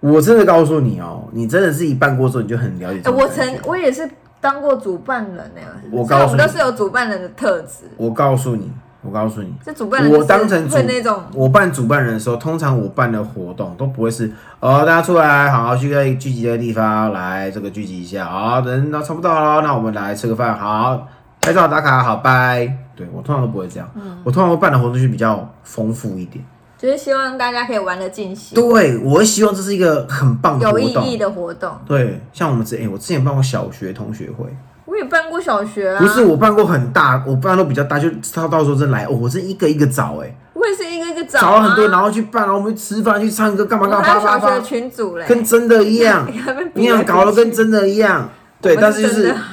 Speaker 1: 我真的告诉你哦，你真的自己办过之后，你就很了解这
Speaker 2: 哎、
Speaker 1: 种
Speaker 2: 我
Speaker 1: 感觉。
Speaker 2: 曾我也是当过主办人呢、
Speaker 1: 我
Speaker 2: 所以
Speaker 1: 告
Speaker 2: 我
Speaker 1: 诉你
Speaker 2: 们都是有主办人的特质。
Speaker 1: 我告诉你，我告诉你，
Speaker 2: 这主办人
Speaker 1: 我
Speaker 2: 就是
Speaker 1: 当成主
Speaker 2: 会那种，
Speaker 1: 我办主办人的时候，通常我办的活动都不会是哦，大家出来好好去个聚集的地方来这个聚集一下，好、人都差不多了，那我们来吃个饭，好，拍照打卡，好，拜。对我通常都不会这样，
Speaker 2: 嗯
Speaker 1: 我通常会办的活动就比较丰富一点。
Speaker 2: 就是希望大家可以玩的尽兴，
Speaker 1: 对，我会希望这是一个很棒的活
Speaker 2: 有意
Speaker 1: 动
Speaker 2: 义。的活动。
Speaker 1: 对，像我们之前、诶我之前办过小学同学会，
Speaker 2: 我也办过小学啊，
Speaker 1: 不是我办过很大，我办都比较大，就到到时候真来哦，我是一个一个找、哎诶
Speaker 2: 我也是一个一个找、
Speaker 1: 哎，
Speaker 2: 啊，
Speaker 1: 找了很多，然后去办，然后我们去吃饭、去唱歌，干嘛
Speaker 2: 我
Speaker 1: 干嘛，啪
Speaker 2: 还有
Speaker 1: 啪
Speaker 2: 小学
Speaker 1: 啪
Speaker 2: 的，群组嘞，
Speaker 1: 跟真的一 样，
Speaker 2: 他们
Speaker 1: 你想搞得跟真的一 样，对，
Speaker 2: 我
Speaker 1: 但
Speaker 2: 们
Speaker 1: 是
Speaker 2: 是
Speaker 1: 就
Speaker 2: 真
Speaker 1: 是
Speaker 2: 的，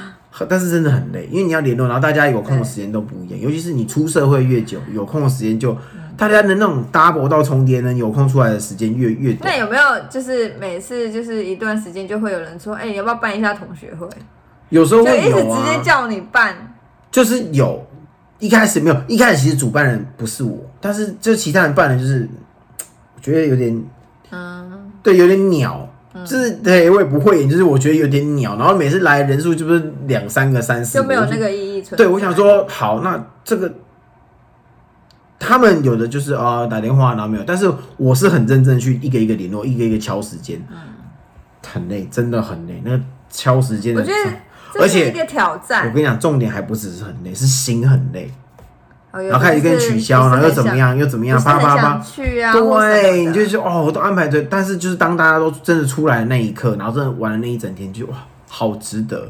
Speaker 1: 但是真的很累，因为你要联络，然后大家有空的时间都不一样，尤其是你出社会越久，有空的时间就大家的那种 double 到重叠呢，有空出来的时间越越短
Speaker 2: 那。有没有就是每次就是一段时间就会有人说，哎、你要不要办一下同学会？
Speaker 1: 有时候
Speaker 2: 就
Speaker 1: 会
Speaker 2: 一直
Speaker 1: 有
Speaker 2: 直接
Speaker 1: 啊，
Speaker 2: 叫你办，
Speaker 1: 就是有，一开始没有，一开始其实主办人不是我，但是就其他人办的，就是我觉得有点
Speaker 2: 嗯，
Speaker 1: 对，有点鸟，就是对我也不会演，就是我觉得有点鸟，然后每次来人数就是两三个、三四
Speaker 2: 就
Speaker 1: 个，
Speaker 2: 没有
Speaker 1: 我就
Speaker 2: 那个意义存在。
Speaker 1: 对，我想，说，好，那这个他们有的就是呃打电话，然后没有，但是我是很认真地去一个一个联络，一个一个敲时间，
Speaker 2: 嗯
Speaker 1: 很累，真的很累，那个敲时间的
Speaker 2: 我
Speaker 1: 时
Speaker 2: 觉
Speaker 1: 候，
Speaker 2: 得这
Speaker 1: 而
Speaker 2: 是
Speaker 1: 且
Speaker 2: 一个挑
Speaker 1: 我
Speaker 2: 战
Speaker 1: 跟。你讲，重点还不只是很累，是心很累，
Speaker 2: 哦
Speaker 1: 然后开始跟你取消，然后又怎么？样，又怎么
Speaker 2: 有
Speaker 1: 样，
Speaker 2: 的
Speaker 1: 叭叭
Speaker 2: 人就是不是很
Speaker 1: 叭
Speaker 2: 想，去啊，或什么
Speaker 1: 对，
Speaker 2: 的
Speaker 1: 你就是哦，我都安排对，但是就是当大家都真的出来的那一刻，然后真的玩了那一整天，就哇，好值得，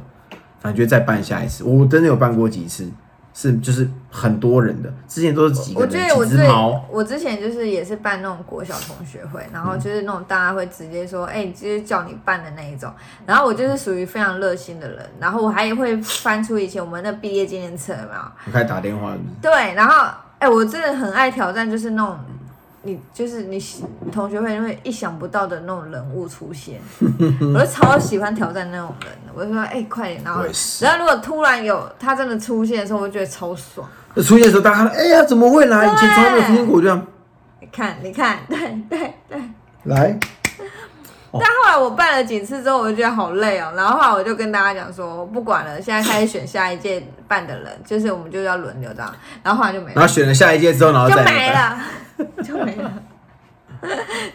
Speaker 1: 感觉再办下一次。我真的有办过几次，是就是很多人的，之前都是几个
Speaker 2: 我
Speaker 1: 人
Speaker 2: 觉得我
Speaker 1: 几只
Speaker 2: 最
Speaker 1: 猫，嗯
Speaker 2: 我之前就是也是办那种国小同学会，然后就是那种大家会直接说，哎、就是叫你办的那一种。然后我就是属于非常热心的人，然后我还会翻出以前我们的毕业纪念册，有没有？
Speaker 1: 我开始打电话，
Speaker 2: 对，然后哎、我真的很爱挑战，就是那种你就是你同学会会意想不到的那种人物 出现，我就超喜欢挑战那种人的。我就说哎、快点，然后
Speaker 1: 我也是
Speaker 2: 然后如果突然有他真的出现的时候，我就觉得超爽。
Speaker 1: 那出现的时候大家看到哎呀怎么会来？以前从来没有出现过，我就这样
Speaker 2: 你看，你看，对对对。
Speaker 1: 来，
Speaker 2: 但后来我办了几次之后，我就觉得好累哦。然后后来我就跟大家讲说，不管了，现在开始选下一届办的人，就是我们就要轮流这样。然后后来就没
Speaker 1: 然
Speaker 2: 了
Speaker 1: 后，选了下一届之后，然后
Speaker 2: 就
Speaker 1: 再
Speaker 2: 没
Speaker 1: 办。
Speaker 2: 了，就没了，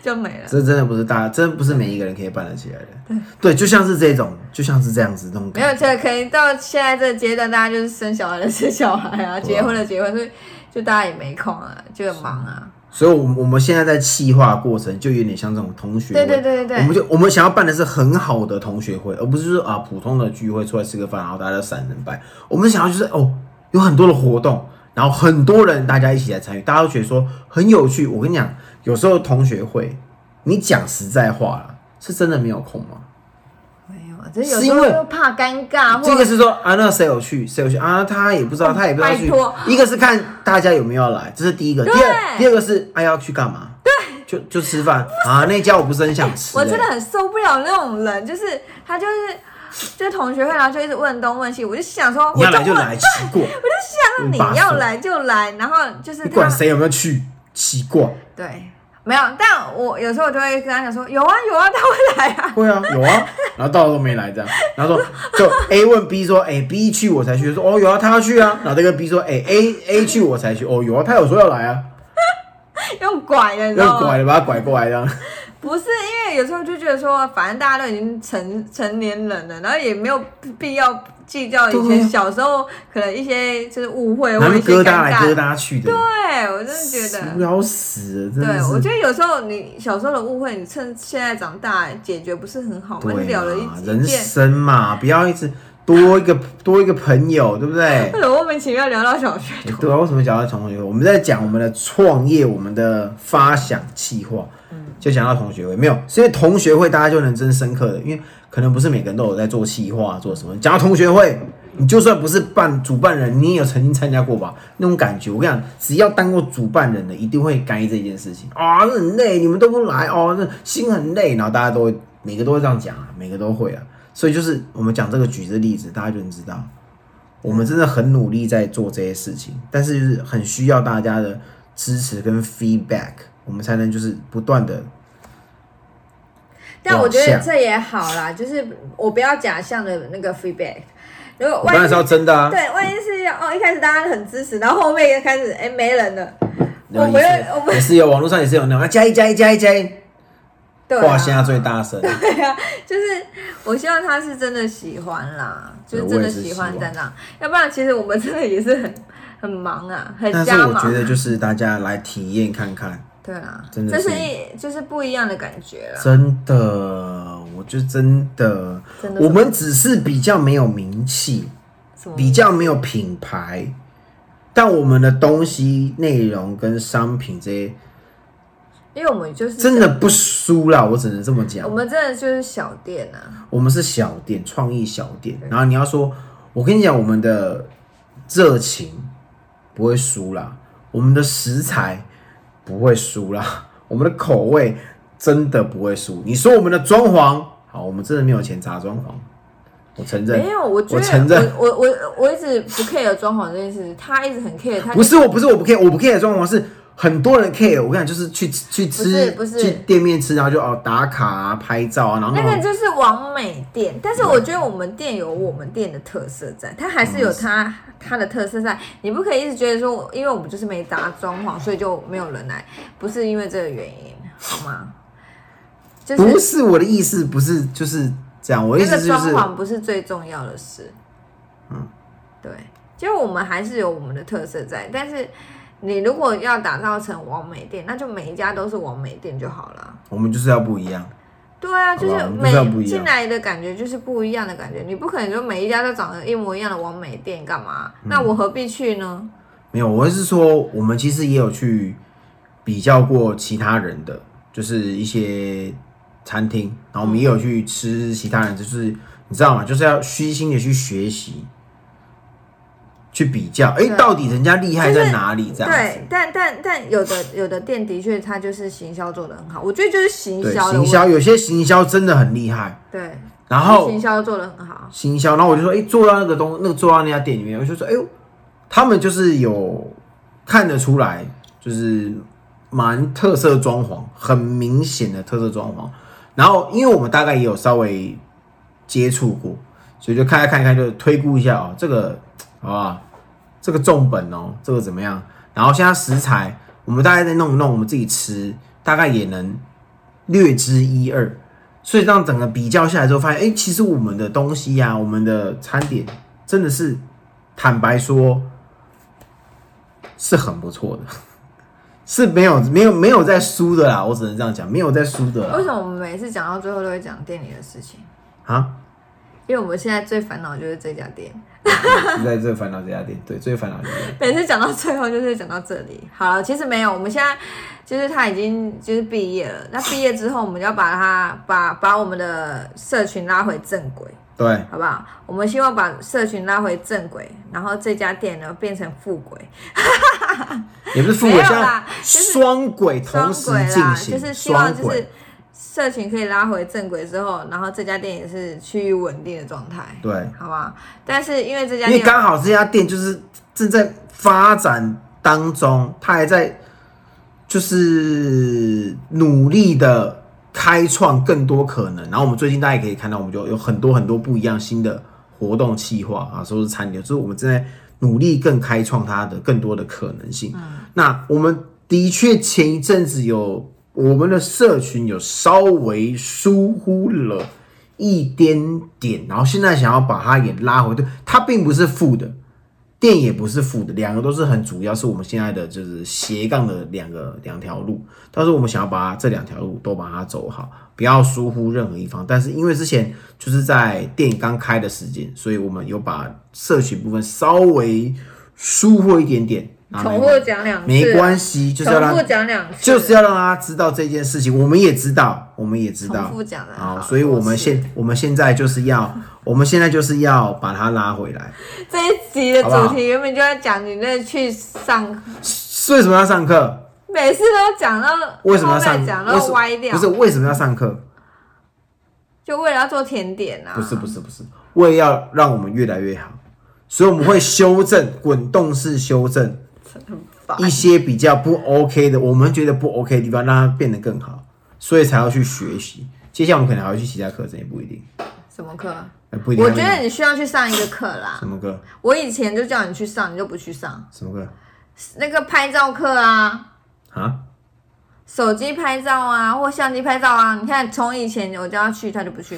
Speaker 2: 就没了。
Speaker 1: 这真的不是大家，真的不是每一个人可以办得起来的。对，就像是这种，就像是这样子那种
Speaker 2: 没
Speaker 1: 感觉。
Speaker 2: 有，这可能到现在这个阶段，大家就是生小孩的 生小孩啊，结婚的结婚，所以就大家也没空啊，就很忙啊。
Speaker 1: 所以，我们我们现在在企划过程就有点像这种同学
Speaker 2: 对
Speaker 1: 会
Speaker 2: 对对对
Speaker 1: 我们
Speaker 2: 对，
Speaker 1: 就我们想要办的是很好的同学会，而不是说啊普通的聚会出来吃个饭，然后大家散人拜。我们想要就是哦，有很多的活动，然后很多人大家一起来参与，大家都觉得说很有趣。我跟你讲，有时候同学会，你讲实在话啦，是真的没有空吗？
Speaker 2: 没有，啊这有
Speaker 1: 是
Speaker 2: 时
Speaker 1: 因
Speaker 2: 候
Speaker 1: 为
Speaker 2: 又怕尴尬，
Speaker 1: 这
Speaker 2: 或
Speaker 1: 个
Speaker 2: 者
Speaker 1: 是说啊，那谁有去，谁有去啊？他也不知道，他也不知道
Speaker 2: 拜
Speaker 1: 去
Speaker 2: 托。
Speaker 1: 一个是看大家有没有要来，这是第一个。第二，
Speaker 2: 对
Speaker 1: 第二个是哎、要去干嘛？对，就就吃饭啊。那家我不是很想吃、
Speaker 2: 我真的
Speaker 1: 欸
Speaker 2: 很受不了那种人，就是他就是就同学会，然后就一直问东问西，我就想说，
Speaker 1: 你
Speaker 2: 我
Speaker 1: 要
Speaker 2: 就
Speaker 1: 来
Speaker 2: 问，
Speaker 1: 就来，奇怪，
Speaker 2: 我就想
Speaker 1: 你把
Speaker 2: 你要
Speaker 1: 手
Speaker 2: 来就来，然后就是
Speaker 1: 你管
Speaker 2: 他
Speaker 1: 谁有没有去，奇怪。
Speaker 2: 对。没有，但我有时候我就会跟他讲说，有啊有啊，他会来啊。
Speaker 1: 会啊，有啊，然后到了都没来这样，然后说就 A 问 B 说，哎、b 去我才去，说哦有啊，他要去啊，然后这个 B 说，哎、a A 去我才去，哦有啊，他有说要来啊，
Speaker 2: 用拐的，你知道
Speaker 1: 要
Speaker 2: 吗？
Speaker 1: 拐了把他拐过来这样，
Speaker 2: 不是，因为有时候就觉得说，反正大家都已经成成年人了，然后也没有必要计较以
Speaker 1: 对啊
Speaker 2: 前小时候可能一些就是误会
Speaker 1: 然
Speaker 2: 或
Speaker 1: 后
Speaker 2: 一些
Speaker 1: 疙
Speaker 2: 尴
Speaker 1: 瘩来疙
Speaker 2: 尬。
Speaker 1: 瘩去的，
Speaker 2: 对，啊我真的觉
Speaker 1: 无
Speaker 2: 得，
Speaker 1: 聊死了，真的
Speaker 2: 对
Speaker 1: 是。
Speaker 2: 我觉得有时候你小时候的误会，你趁现在长大解决不是很好吗？就
Speaker 1: 对
Speaker 2: 聊了一
Speaker 1: 嘛，
Speaker 2: 一
Speaker 1: 人
Speaker 2: 件，
Speaker 1: 生嘛，不要一直多一个多一个朋友，对不对？
Speaker 2: 为什么莫名其妙聊 到小学
Speaker 1: 欸对啊，为什么讲到同学会？我们在讲我们的创业，我们的发想计划。就想到同学会，没有，所以同学会大家就能真深刻的，因为可能不是每个人都有在做企划啊做什么。讲到同学会，你就算不是办主办人，你也有曾经参加过吧？那种感觉，我跟你讲，只要当过主办人的，一定会该这件事情啊、那很累，你们都不来哦，那心很累，然后大家都会每个都会这样讲啊，每个都会啊。所以就是我们讲这个举这例子，大家就能知道，我们真的很努力在做这些事情，但是就是很需要大家的支持跟 feedback，我们才能就是不断的
Speaker 2: 但我觉
Speaker 1: 往
Speaker 2: 得
Speaker 1: 下
Speaker 2: 这也好啦，就是我不要假象的那个 feedback。如果
Speaker 1: 我当
Speaker 2: 万
Speaker 1: 然
Speaker 2: 一
Speaker 1: 是要真的啊，
Speaker 2: 对，万一是哦，一开始大家很支持，然后后面也开始哎没人了，
Speaker 1: 然后
Speaker 2: 我
Speaker 1: 也
Speaker 2: 没
Speaker 1: 是
Speaker 2: 有我没有
Speaker 1: 也是有网络上也是有那种啊加一加一加一加一，
Speaker 2: 对、
Speaker 1: 话
Speaker 2: 啊，
Speaker 1: 现在最大声，
Speaker 2: 就是我希望他是真的喜欢啦，就
Speaker 1: 对
Speaker 2: 是真
Speaker 1: 我
Speaker 2: 的
Speaker 1: 也是
Speaker 2: 喜
Speaker 1: 希
Speaker 2: 欢
Speaker 1: 望
Speaker 2: 在那，要不然其实我们真的也是很很忙啊，很
Speaker 1: 但是
Speaker 2: 加
Speaker 1: 我觉
Speaker 2: 忙。
Speaker 1: 得就是大家来体验看看，
Speaker 2: 对啦，
Speaker 1: 真的
Speaker 2: 这
Speaker 1: 是
Speaker 2: 是一就是不一样的感觉啦，
Speaker 1: 真的，我就真的，
Speaker 2: 真的嗯
Speaker 1: 我们只是比较没有名气，
Speaker 2: 什么
Speaker 1: 比较没有品牌，但我们的东西内容跟商品这些
Speaker 2: 因为我们就是
Speaker 1: 真的不输啦，我只能这么讲
Speaker 2: 我。们真的就是小店啊，
Speaker 1: 我们是小店，创意小店，然后你要说，我跟你讲，我们的热情不会输啦，我们的食材不会输啦， 我们的口味真的不会输。你说我们的装潢，好，我们真的没有钱砸装潢，我承认
Speaker 2: 没。有，我觉
Speaker 1: 我承
Speaker 2: 得
Speaker 1: 认
Speaker 2: 我我我我一直不 care 装潢这件事，他一直很 care，他
Speaker 1: 不是我，不是我不 care，我不 care 装潢是很多人 care。我跟你讲，就是去去
Speaker 2: 不是
Speaker 1: 吃，
Speaker 2: 不是
Speaker 1: 去店面吃，然后就哦打卡啊、拍照啊，然后
Speaker 2: 那
Speaker 1: 那
Speaker 2: 个
Speaker 1: 种
Speaker 2: 就是完美店，但是我觉得我们店有我们店的特色在，它还
Speaker 1: 嗯
Speaker 2: 是有它它的特色在。你不可以一直觉得说，因为我们就是没打装潢，所以就没有人来，不是因为这个原因，好吗？就
Speaker 1: 不
Speaker 2: 是
Speaker 1: 是我的意思，不是就是这样。我的意
Speaker 2: 那
Speaker 1: 思就
Speaker 2: 个装
Speaker 1: 是，
Speaker 2: 潢不是最重要的事。嗯，对，就我们还是有我们的特色在，但是你如果要打造成完美店，那就每一家都是完美店就好了。
Speaker 1: 我们就是要不一样。
Speaker 2: 对啊，
Speaker 1: 好吧
Speaker 2: 就是
Speaker 1: 我们就
Speaker 2: 每
Speaker 1: 是要不一样
Speaker 2: 进来的感觉就是不一样的感觉，你不可能说每一家都长得一模一样的完美店干嘛？
Speaker 1: 嗯
Speaker 2: 那我何必去呢？
Speaker 1: 没有，我是说，我们其实也有去比较过其他人的，就是一些餐厅，然后我们也有去吃其他人，就是你知道吗？就是要虚心的去学习，去比较，哎、
Speaker 2: 对
Speaker 1: 到底人家厉害
Speaker 2: 就是
Speaker 1: 在哪里？这样子
Speaker 2: 对，，但但但有的有的店的确它就是行销做的很好，我觉得就是行
Speaker 1: 对，
Speaker 2: 销的
Speaker 1: 行
Speaker 2: 问题，
Speaker 1: 销有些行销真的很厉害，
Speaker 2: 对，
Speaker 1: 然后
Speaker 2: 行销做的很好，
Speaker 1: 行销，然后我就说，哎、坐到那个东，那个坐到那家店里面，我就说，哎呦，他们就是有看得出来，就是蛮特色装潢，很明显的特色装潢。然后因为我们大概也有稍微接触过，所以就看一看一看，就推估一下哦，这个好吧，这个重本哦，这个怎么样？然后现在食材，我们大概再弄一弄，我们自己吃，大概也能略知一二。所以让整个比较下来之后，发现，哎、其实我们的东西啊呀、我们的餐点真的是，坦白说，是很不错的， 是没有没有没有在输的啦，我只能这样讲，没有在输的
Speaker 2: 为
Speaker 1: 啦
Speaker 2: 什么我们每次讲到最后都会讲店里的事情？
Speaker 1: 啊，
Speaker 2: 因为我们现在最烦恼就是这家店，
Speaker 1: 就 在这烦恼这家店，对，最烦恼这家店，
Speaker 2: 每次讲到最后就是讲到这里。好了，其实没有，我们现在就是他已经就是毕业了。那毕业之后，我们就要把他把把我们的社群拉回正轨，
Speaker 1: 对，
Speaker 2: 好不好？我们希望把社群拉回正轨，然后这家店呢变成富轨，
Speaker 1: 也不是富
Speaker 2: 没
Speaker 1: 贵，
Speaker 2: 有
Speaker 1: 像
Speaker 2: 啦就是
Speaker 1: 双轨同
Speaker 2: 双
Speaker 1: 时
Speaker 2: 轨
Speaker 1: 进
Speaker 2: 啦，就
Speaker 1: 行，
Speaker 2: 是希
Speaker 1: 双
Speaker 2: 望就是
Speaker 1: 轨，
Speaker 2: 社群可以拉回正轨之后，然后这家店也是趋于稳定的状态，
Speaker 1: 对，
Speaker 2: 好吧？但是因为这家
Speaker 1: 因为
Speaker 2: 店
Speaker 1: 刚好这家店就是正在发展当中，它还在就是努力的开创更多可能。然后我们最近大家也可以看到，我们就有很多很多不一样新的活动计划啊，说是餐点，就是我们正在努力更开创它的更多的可能性。
Speaker 2: 嗯
Speaker 1: 那我们的确前一阵子有我们的社群有稍微疏忽了。一点点，然后现在想要把它也拉回，对，它并不是负的，电也不是负的，两个都是很主要，是我们现在的就是斜杠的两个两条路，但是我们想要把它这两条路都把它走好，不要疏忽任何一方。但是因为之前就是在店刚开的时间，所以我们有把社群部分稍微疏忽一点点，啊
Speaker 2: 重
Speaker 1: 没
Speaker 2: 复讲两次，
Speaker 1: 没关系，就是要
Speaker 2: 重
Speaker 1: 让
Speaker 2: 复讲两次，
Speaker 1: 就是要让他知道这件事情，我们也知道，我们也知
Speaker 2: 重
Speaker 1: 道
Speaker 2: 复讲了。
Speaker 1: 啊，
Speaker 2: 好
Speaker 1: 所以我们
Speaker 2: 多次
Speaker 1: 现我们现在就是要，我们现在就是要把他拉回来。
Speaker 2: 这一集的
Speaker 1: 好不好
Speaker 2: 主题原本就在讲你那去上，
Speaker 1: 为什么要上课？
Speaker 2: 每次都讲到
Speaker 1: 为什么要
Speaker 2: 后
Speaker 1: 上？
Speaker 2: 面讲
Speaker 1: 为
Speaker 2: 到
Speaker 1: 什
Speaker 2: 歪掉，
Speaker 1: 不是为什么要上课？
Speaker 2: 就为了要做甜点啊？
Speaker 1: 不是不是不是，为了要让我们越来越好，所以我们会修正，滚动式修正
Speaker 2: 烦
Speaker 1: 一些比较不 OK 的，我们觉得不 OK 的地方，让它变得更好，所以才要去学习。接下来我们可能还会去其他课程，也不一定，
Speaker 2: 什么课？
Speaker 1: 呃不一定
Speaker 2: 我
Speaker 1: 要那
Speaker 2: 觉
Speaker 1: 个。
Speaker 2: 得你需要去上一个课啦
Speaker 1: 什。么课？
Speaker 2: 我以前就叫你去上，你就不去上
Speaker 1: 什么课？
Speaker 2: 那个拍照课啊，
Speaker 1: 啊？
Speaker 2: 手机拍照啊，或相机拍照啊。你看，从以前我叫他去，他就不去。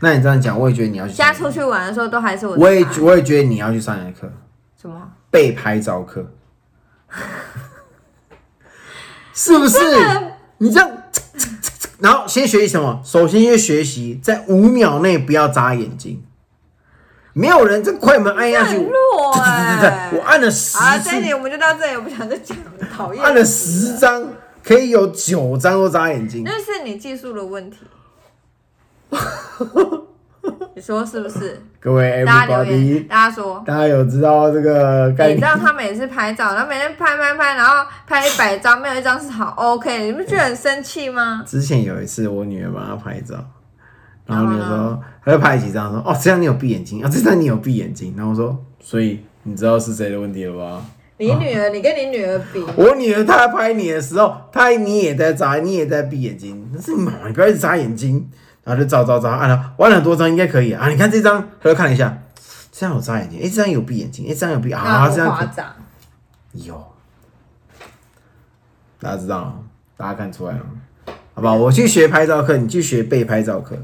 Speaker 1: 那你这样讲，我也觉得你要去
Speaker 2: 现
Speaker 1: 上
Speaker 2: 在，出去玩的时候，都还是我在
Speaker 1: 我也
Speaker 2: 拍
Speaker 1: 我也觉得你要去上一个课，
Speaker 2: 什么？
Speaker 1: 被拍照课，是不是？你这样，然后先学习什么？首先先学习，在五秒内不要眨眼睛。没有人这快门按下去，
Speaker 2: 很弱 哎、
Speaker 1: 我按了十
Speaker 2: 好啊，
Speaker 1: 次
Speaker 2: 这一，点我们就到这里，我不想再讲了，讨厌。
Speaker 1: 按了十张，可以有九张都眨眼睛。
Speaker 2: 那是你技术的 问题，你说是不是？
Speaker 1: 各位
Speaker 2: 大家留言，
Speaker 1: everybody，
Speaker 2: 大家说。
Speaker 1: 大家有知道这个概
Speaker 2: 你
Speaker 1: 念
Speaker 2: 知道？他每次拍照，然后每天拍拍拍，然后拍一百张，没有一张是好 OK，你不觉得很生气吗？
Speaker 1: 之前有一次，我女儿帮她拍照，然后
Speaker 2: 然后
Speaker 1: 女儿
Speaker 2: 呢
Speaker 1: 说，她就拍几张，说哦，这张你有闭眼睛啊，这张你有闭眼睛。然后我说，所以你知道是谁的问题了吧？
Speaker 2: 你女儿，你跟你女儿比，
Speaker 1: 我女儿她拍你的时候，她你也在眨，你也在闭眼睛，那是你妈妈，你不要一直眨眼睛。然后就照照照，按了，我按了很多张，应该可以啊。啊你看这张，她就看了一下，这张有眨眼睛，诶，这张有闭眼睛，诶，这张有闭啊，
Speaker 2: 那
Speaker 1: 这
Speaker 2: 很
Speaker 1: 张
Speaker 2: 夸
Speaker 1: 可
Speaker 2: 张。
Speaker 1: 有，大家知道吗？大家看出来了吗？好吧，我去学拍照课，你去学背拍照课。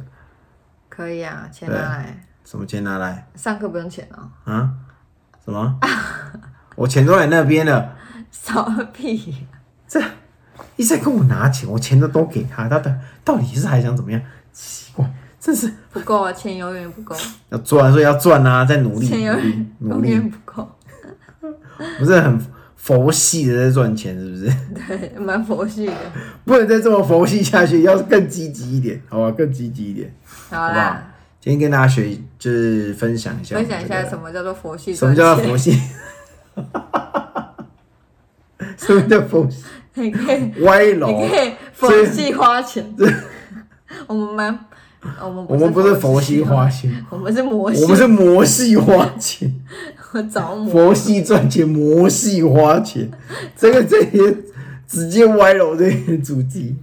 Speaker 2: 可以啊，钱拿来，
Speaker 1: 什么钱拿来
Speaker 2: 上课不用钱哦，
Speaker 1: 啊？什么？ 我钱都在那边了，
Speaker 2: 少个屁。
Speaker 1: 这一直在跟我拿钱，我钱都都给他，他的到底是还想怎么样？奇怪，真是
Speaker 2: 不够啊，钱永远不够，
Speaker 1: 要赚，所以要赚啊，在努力
Speaker 2: 钱
Speaker 1: 努
Speaker 2: 永
Speaker 1: 力
Speaker 2: 远
Speaker 1: 努
Speaker 2: 永
Speaker 1: 力，
Speaker 2: 远不够，
Speaker 1: 不是很佛系的在赚钱，是不 是？
Speaker 2: 对，蛮佛系的。
Speaker 1: 不能再这么佛系下去，要更积极一点，好吧，更积极一点，
Speaker 2: 好
Speaker 1: 好不好
Speaker 2: 啦，？
Speaker 1: 今天跟大家学，就是分享一下，
Speaker 2: 分享一下什么叫做佛系
Speaker 1: 什么
Speaker 2: 赚
Speaker 1: 叫
Speaker 2: 钱，
Speaker 1: 佛系， 什么叫佛系？
Speaker 2: 你可以，
Speaker 1: 歪楼，
Speaker 2: 你可以佛系花钱。 我们蛮，哦我们
Speaker 1: 我们不是佛系
Speaker 2: 系
Speaker 1: 花钱，
Speaker 2: 我们是魔系，
Speaker 1: 我们是魔系花钱，
Speaker 2: 我着魔。
Speaker 1: 佛系赚钱，魔系花钱，这个这些直接歪楼这些主题。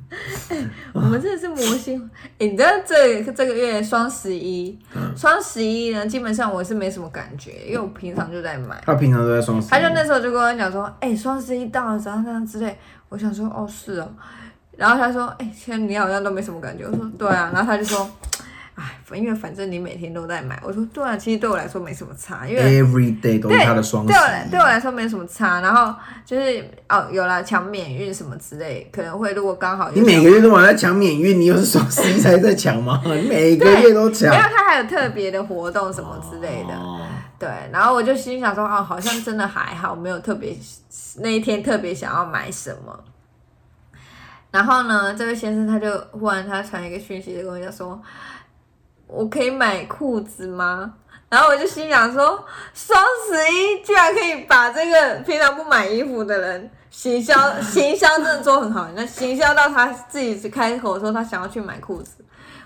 Speaker 2: 我们真的是魔性。诶你知道这这个月双十一，
Speaker 1: 嗯
Speaker 2: 双十一呢，基本上我是没什么感觉，因为我平常就在买。
Speaker 1: 他平常都在双十一，
Speaker 2: 他就那时候就跟我讲说，哎、双十一到了，怎样怎样之类。我想说，哦，是哦。然后他说，哎、其实你好像都没什么感觉。我说，对啊。然后他就说，哎，因为反正你每天都在买。我说，对啊，其实对我来说没什么差，因为
Speaker 1: every day 都是他的双十
Speaker 2: 对我来
Speaker 1: 一
Speaker 2: 对我来说没什么差。然后就是哦，有了抢免运什么之类，可能会如果刚好有
Speaker 1: 你每个月都往在抢免运，你又是双十一才在抢吗？你每个月都抢
Speaker 2: 没有，他还有特别的活动什么之类的，
Speaker 1: 哦
Speaker 2: 对。然后我就心想说，哦，好像真的还好，没有特别那一天特别想要买什么。然后呢，这位先生他就忽然他传一个讯息就跟我讲说，我可以买裤子吗？然后我就心想说，双十一居然可以把这个平常不买衣服的人行销，行销真的做很好，那行销到他自己开口说他想要去买裤子，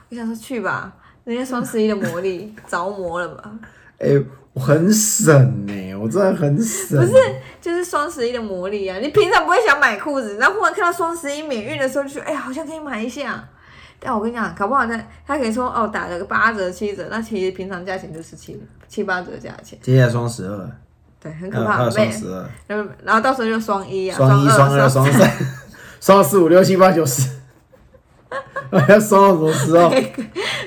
Speaker 2: 我想说去吧，人家双十一的魔力 着魔了吧？
Speaker 1: 哎、我很省呢、我真的很省。不是，
Speaker 2: 就是双十一的魔力啊！你平常不会想买裤子，然后忽然看到双十一免运的时候，就觉得哎、呀，好像可以买一下。但我跟你讲，搞不好他他可以说哦，打了个八折、七折，那其实平常价钱就是七七八折价钱，
Speaker 1: 接下来双十二，
Speaker 2: 对，
Speaker 1: 嗯还
Speaker 2: 很可
Speaker 1: 有
Speaker 2: 怕
Speaker 1: 还有。
Speaker 2: 妹
Speaker 1: 双，十二，
Speaker 2: 然后然后到时候就双一啊，
Speaker 1: 双一、
Speaker 2: 双
Speaker 1: 双二、双三、 双四、五六七八九十， 还要双到什么时候？
Speaker 2: 每个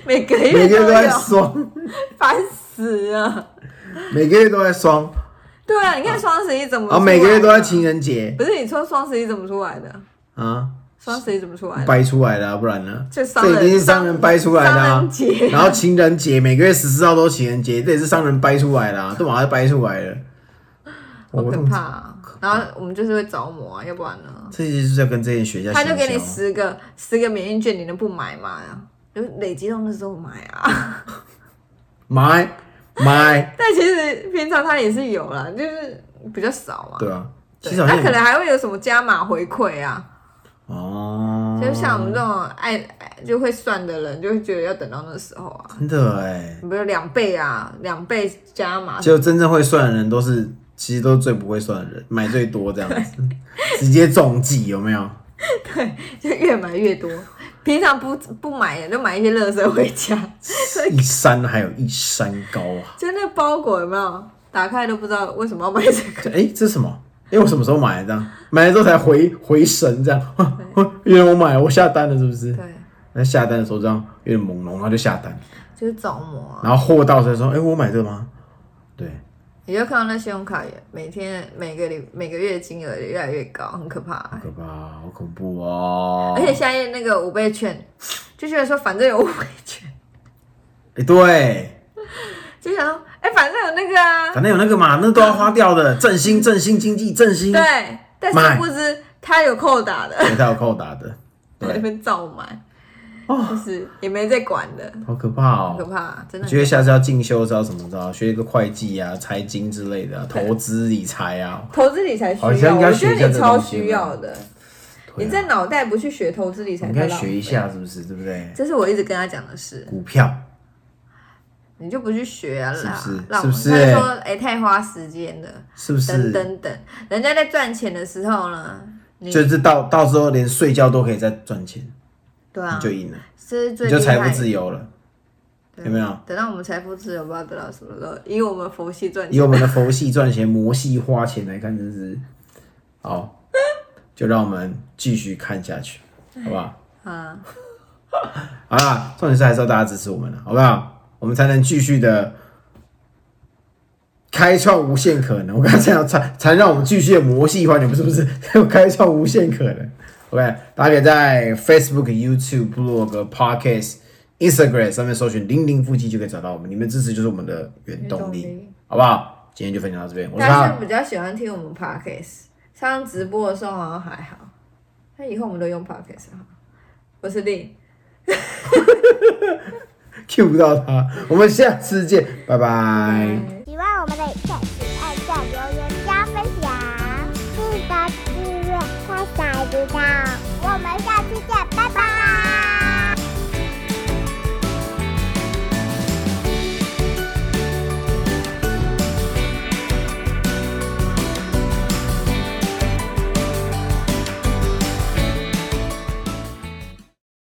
Speaker 1: 每个
Speaker 2: 月
Speaker 1: 月
Speaker 2: 都
Speaker 1: 都在
Speaker 2: 有，
Speaker 1: 双，
Speaker 2: 烦死了。
Speaker 1: 每个月都在双，
Speaker 2: 对啊，你看双十一怎么
Speaker 1: 然
Speaker 2: 出来
Speaker 1: 后哦
Speaker 2: 的？
Speaker 1: 每个月都在情人节
Speaker 2: 不是你说双十一怎么出来的？
Speaker 1: 啊，
Speaker 2: 双十一怎么出来的？
Speaker 1: 掰出来的、啊，不然呢？这
Speaker 2: 就商人
Speaker 1: 已经是商人掰出来的、
Speaker 2: 商
Speaker 1: 啊
Speaker 2: 人节。
Speaker 1: 然后情人节每个月十四号都情人节，这也是商人掰出来的、啊，都马上掰出来了。
Speaker 2: 好
Speaker 1: 我
Speaker 2: 可怕、啊！
Speaker 1: 可
Speaker 2: 然后我们就是会着魔啊，要不然呢？
Speaker 1: 这些就是要跟这些学家
Speaker 2: 他就
Speaker 1: 行
Speaker 2: 给
Speaker 1: 销
Speaker 2: 你
Speaker 1: 啊
Speaker 2: 十个十个免疫券，你能不买吗？就累积到那时候买啊。
Speaker 1: 买买，
Speaker 2: 但其实平常他也是有啦，就是比较少嘛。
Speaker 1: 对啊，其
Speaker 2: 对
Speaker 1: 实好
Speaker 2: 他可
Speaker 1: 像
Speaker 2: 能还会有什么加码回馈啊，
Speaker 1: 哦，
Speaker 2: 就像我们这种爱爱就会算的人，就会觉得要等到那时候啊，
Speaker 1: 真的哎，
Speaker 2: 比如两倍啊，两倍加码，
Speaker 1: 只有真正会算的人都是，其实都是最不会算的人，买最多这样子，直接中计有没 有？
Speaker 2: 就越买越多。平常不不买的，就买一些垃圾回家。
Speaker 1: 一山还有一山高啊！
Speaker 2: 就那包裹有没有打开都不知道为什么要买这个？
Speaker 1: 哎、诶这是什么？哎、我什么时候买的？这样买了之后才回回神，这样，哼哼 原来我买了，我下单了，是不是？
Speaker 2: 对，
Speaker 1: 那下单的时候这样有点朦胧，然后就下单，
Speaker 2: 就是着魔啊。
Speaker 1: 然后货到才说，哎、我买这个吗？对，
Speaker 2: 你就看到那信用卡也每天每个礼每个月金额也越来越高，很可怕、
Speaker 1: 好可怕，好恐怖哦！
Speaker 2: 而且现在那个五倍券，就觉得说反正有五倍券，
Speaker 1: 哎、对，
Speaker 2: 就想说哎、反正有那个啊，
Speaker 1: 反正有那个嘛，那都要花掉的，振兴振兴经济振兴，
Speaker 2: 对，但
Speaker 1: 买
Speaker 2: 是不知他有扣打的，
Speaker 1: 对，他有扣打的，
Speaker 2: 在那
Speaker 1: 对，
Speaker 2: 边照买，
Speaker 1: 哦，
Speaker 2: 就是也没在管的，
Speaker 1: 好可怕
Speaker 2: 很可
Speaker 1: 哦！
Speaker 2: 怕、真
Speaker 1: 我
Speaker 2: 的
Speaker 1: 觉得下次要进修，知道什么知道，学一个会计啊、财经之类的啊、投资理财啊，
Speaker 2: 投资理财需
Speaker 1: 好像
Speaker 2: 要，
Speaker 1: 应该
Speaker 2: 我觉
Speaker 1: 学一下
Speaker 2: 得你
Speaker 1: 这
Speaker 2: 超
Speaker 1: 东西
Speaker 2: 需
Speaker 1: 吧
Speaker 2: 要的。
Speaker 1: 对
Speaker 2: 你
Speaker 1: 啊
Speaker 2: 这脑袋不去学投资理财，
Speaker 1: 你应该
Speaker 2: 太浪
Speaker 1: 学一
Speaker 2: 费
Speaker 1: 下，是不是？对不对？
Speaker 2: 这是我一直跟他讲的事，
Speaker 1: 股票，
Speaker 2: 你就不去学啊啦，
Speaker 1: 是不是
Speaker 2: 让
Speaker 1: 是
Speaker 2: 我
Speaker 1: 不是
Speaker 2: 他就说哎、太花时间了，
Speaker 1: 是不
Speaker 2: 等
Speaker 1: 是？
Speaker 2: 等等，人家在赚钱的时候呢，你
Speaker 1: 就是到到时候连睡觉都可以再赚钱，
Speaker 2: 对
Speaker 1: 你
Speaker 2: 啊，
Speaker 1: 就赢了，
Speaker 2: 这是最
Speaker 1: 你就
Speaker 2: 厉
Speaker 1: 财
Speaker 2: 害
Speaker 1: 富
Speaker 2: 的。
Speaker 1: 自由了，
Speaker 2: 对啊
Speaker 1: 有没有？
Speaker 2: 等到我们财富自由，不知道得到什么了，以我们佛系赚
Speaker 1: 以
Speaker 2: 钱，
Speaker 1: 我们的佛系赚钱、魔系花钱来看，真是好，就让我们继续看下去，好不好？
Speaker 2: 哎啊，
Speaker 1: 好啦，重点是还是要大家支持我们了，好不好？我们才能继续的开创无限可能。我刚才要才才让我们继续的魔系环节，不是不是，开创无限可能。OK，大家可以在 Facebook、YouTube、Blog、Podcast、Instagram 上面搜寻“零零夫妻”就可以找到我们。你们的支持就是我们的原动力，
Speaker 2: 原动力
Speaker 1: 好不好？今天就分享到这边，我是
Speaker 2: 但
Speaker 1: 他
Speaker 2: 是，比较喜欢听我们 podcast，上直播的时候好像还好，那以后我们都用 podcast 好了，我是令，
Speaker 1: Q 不到他，我们下次见，拜拜
Speaker 2: 拜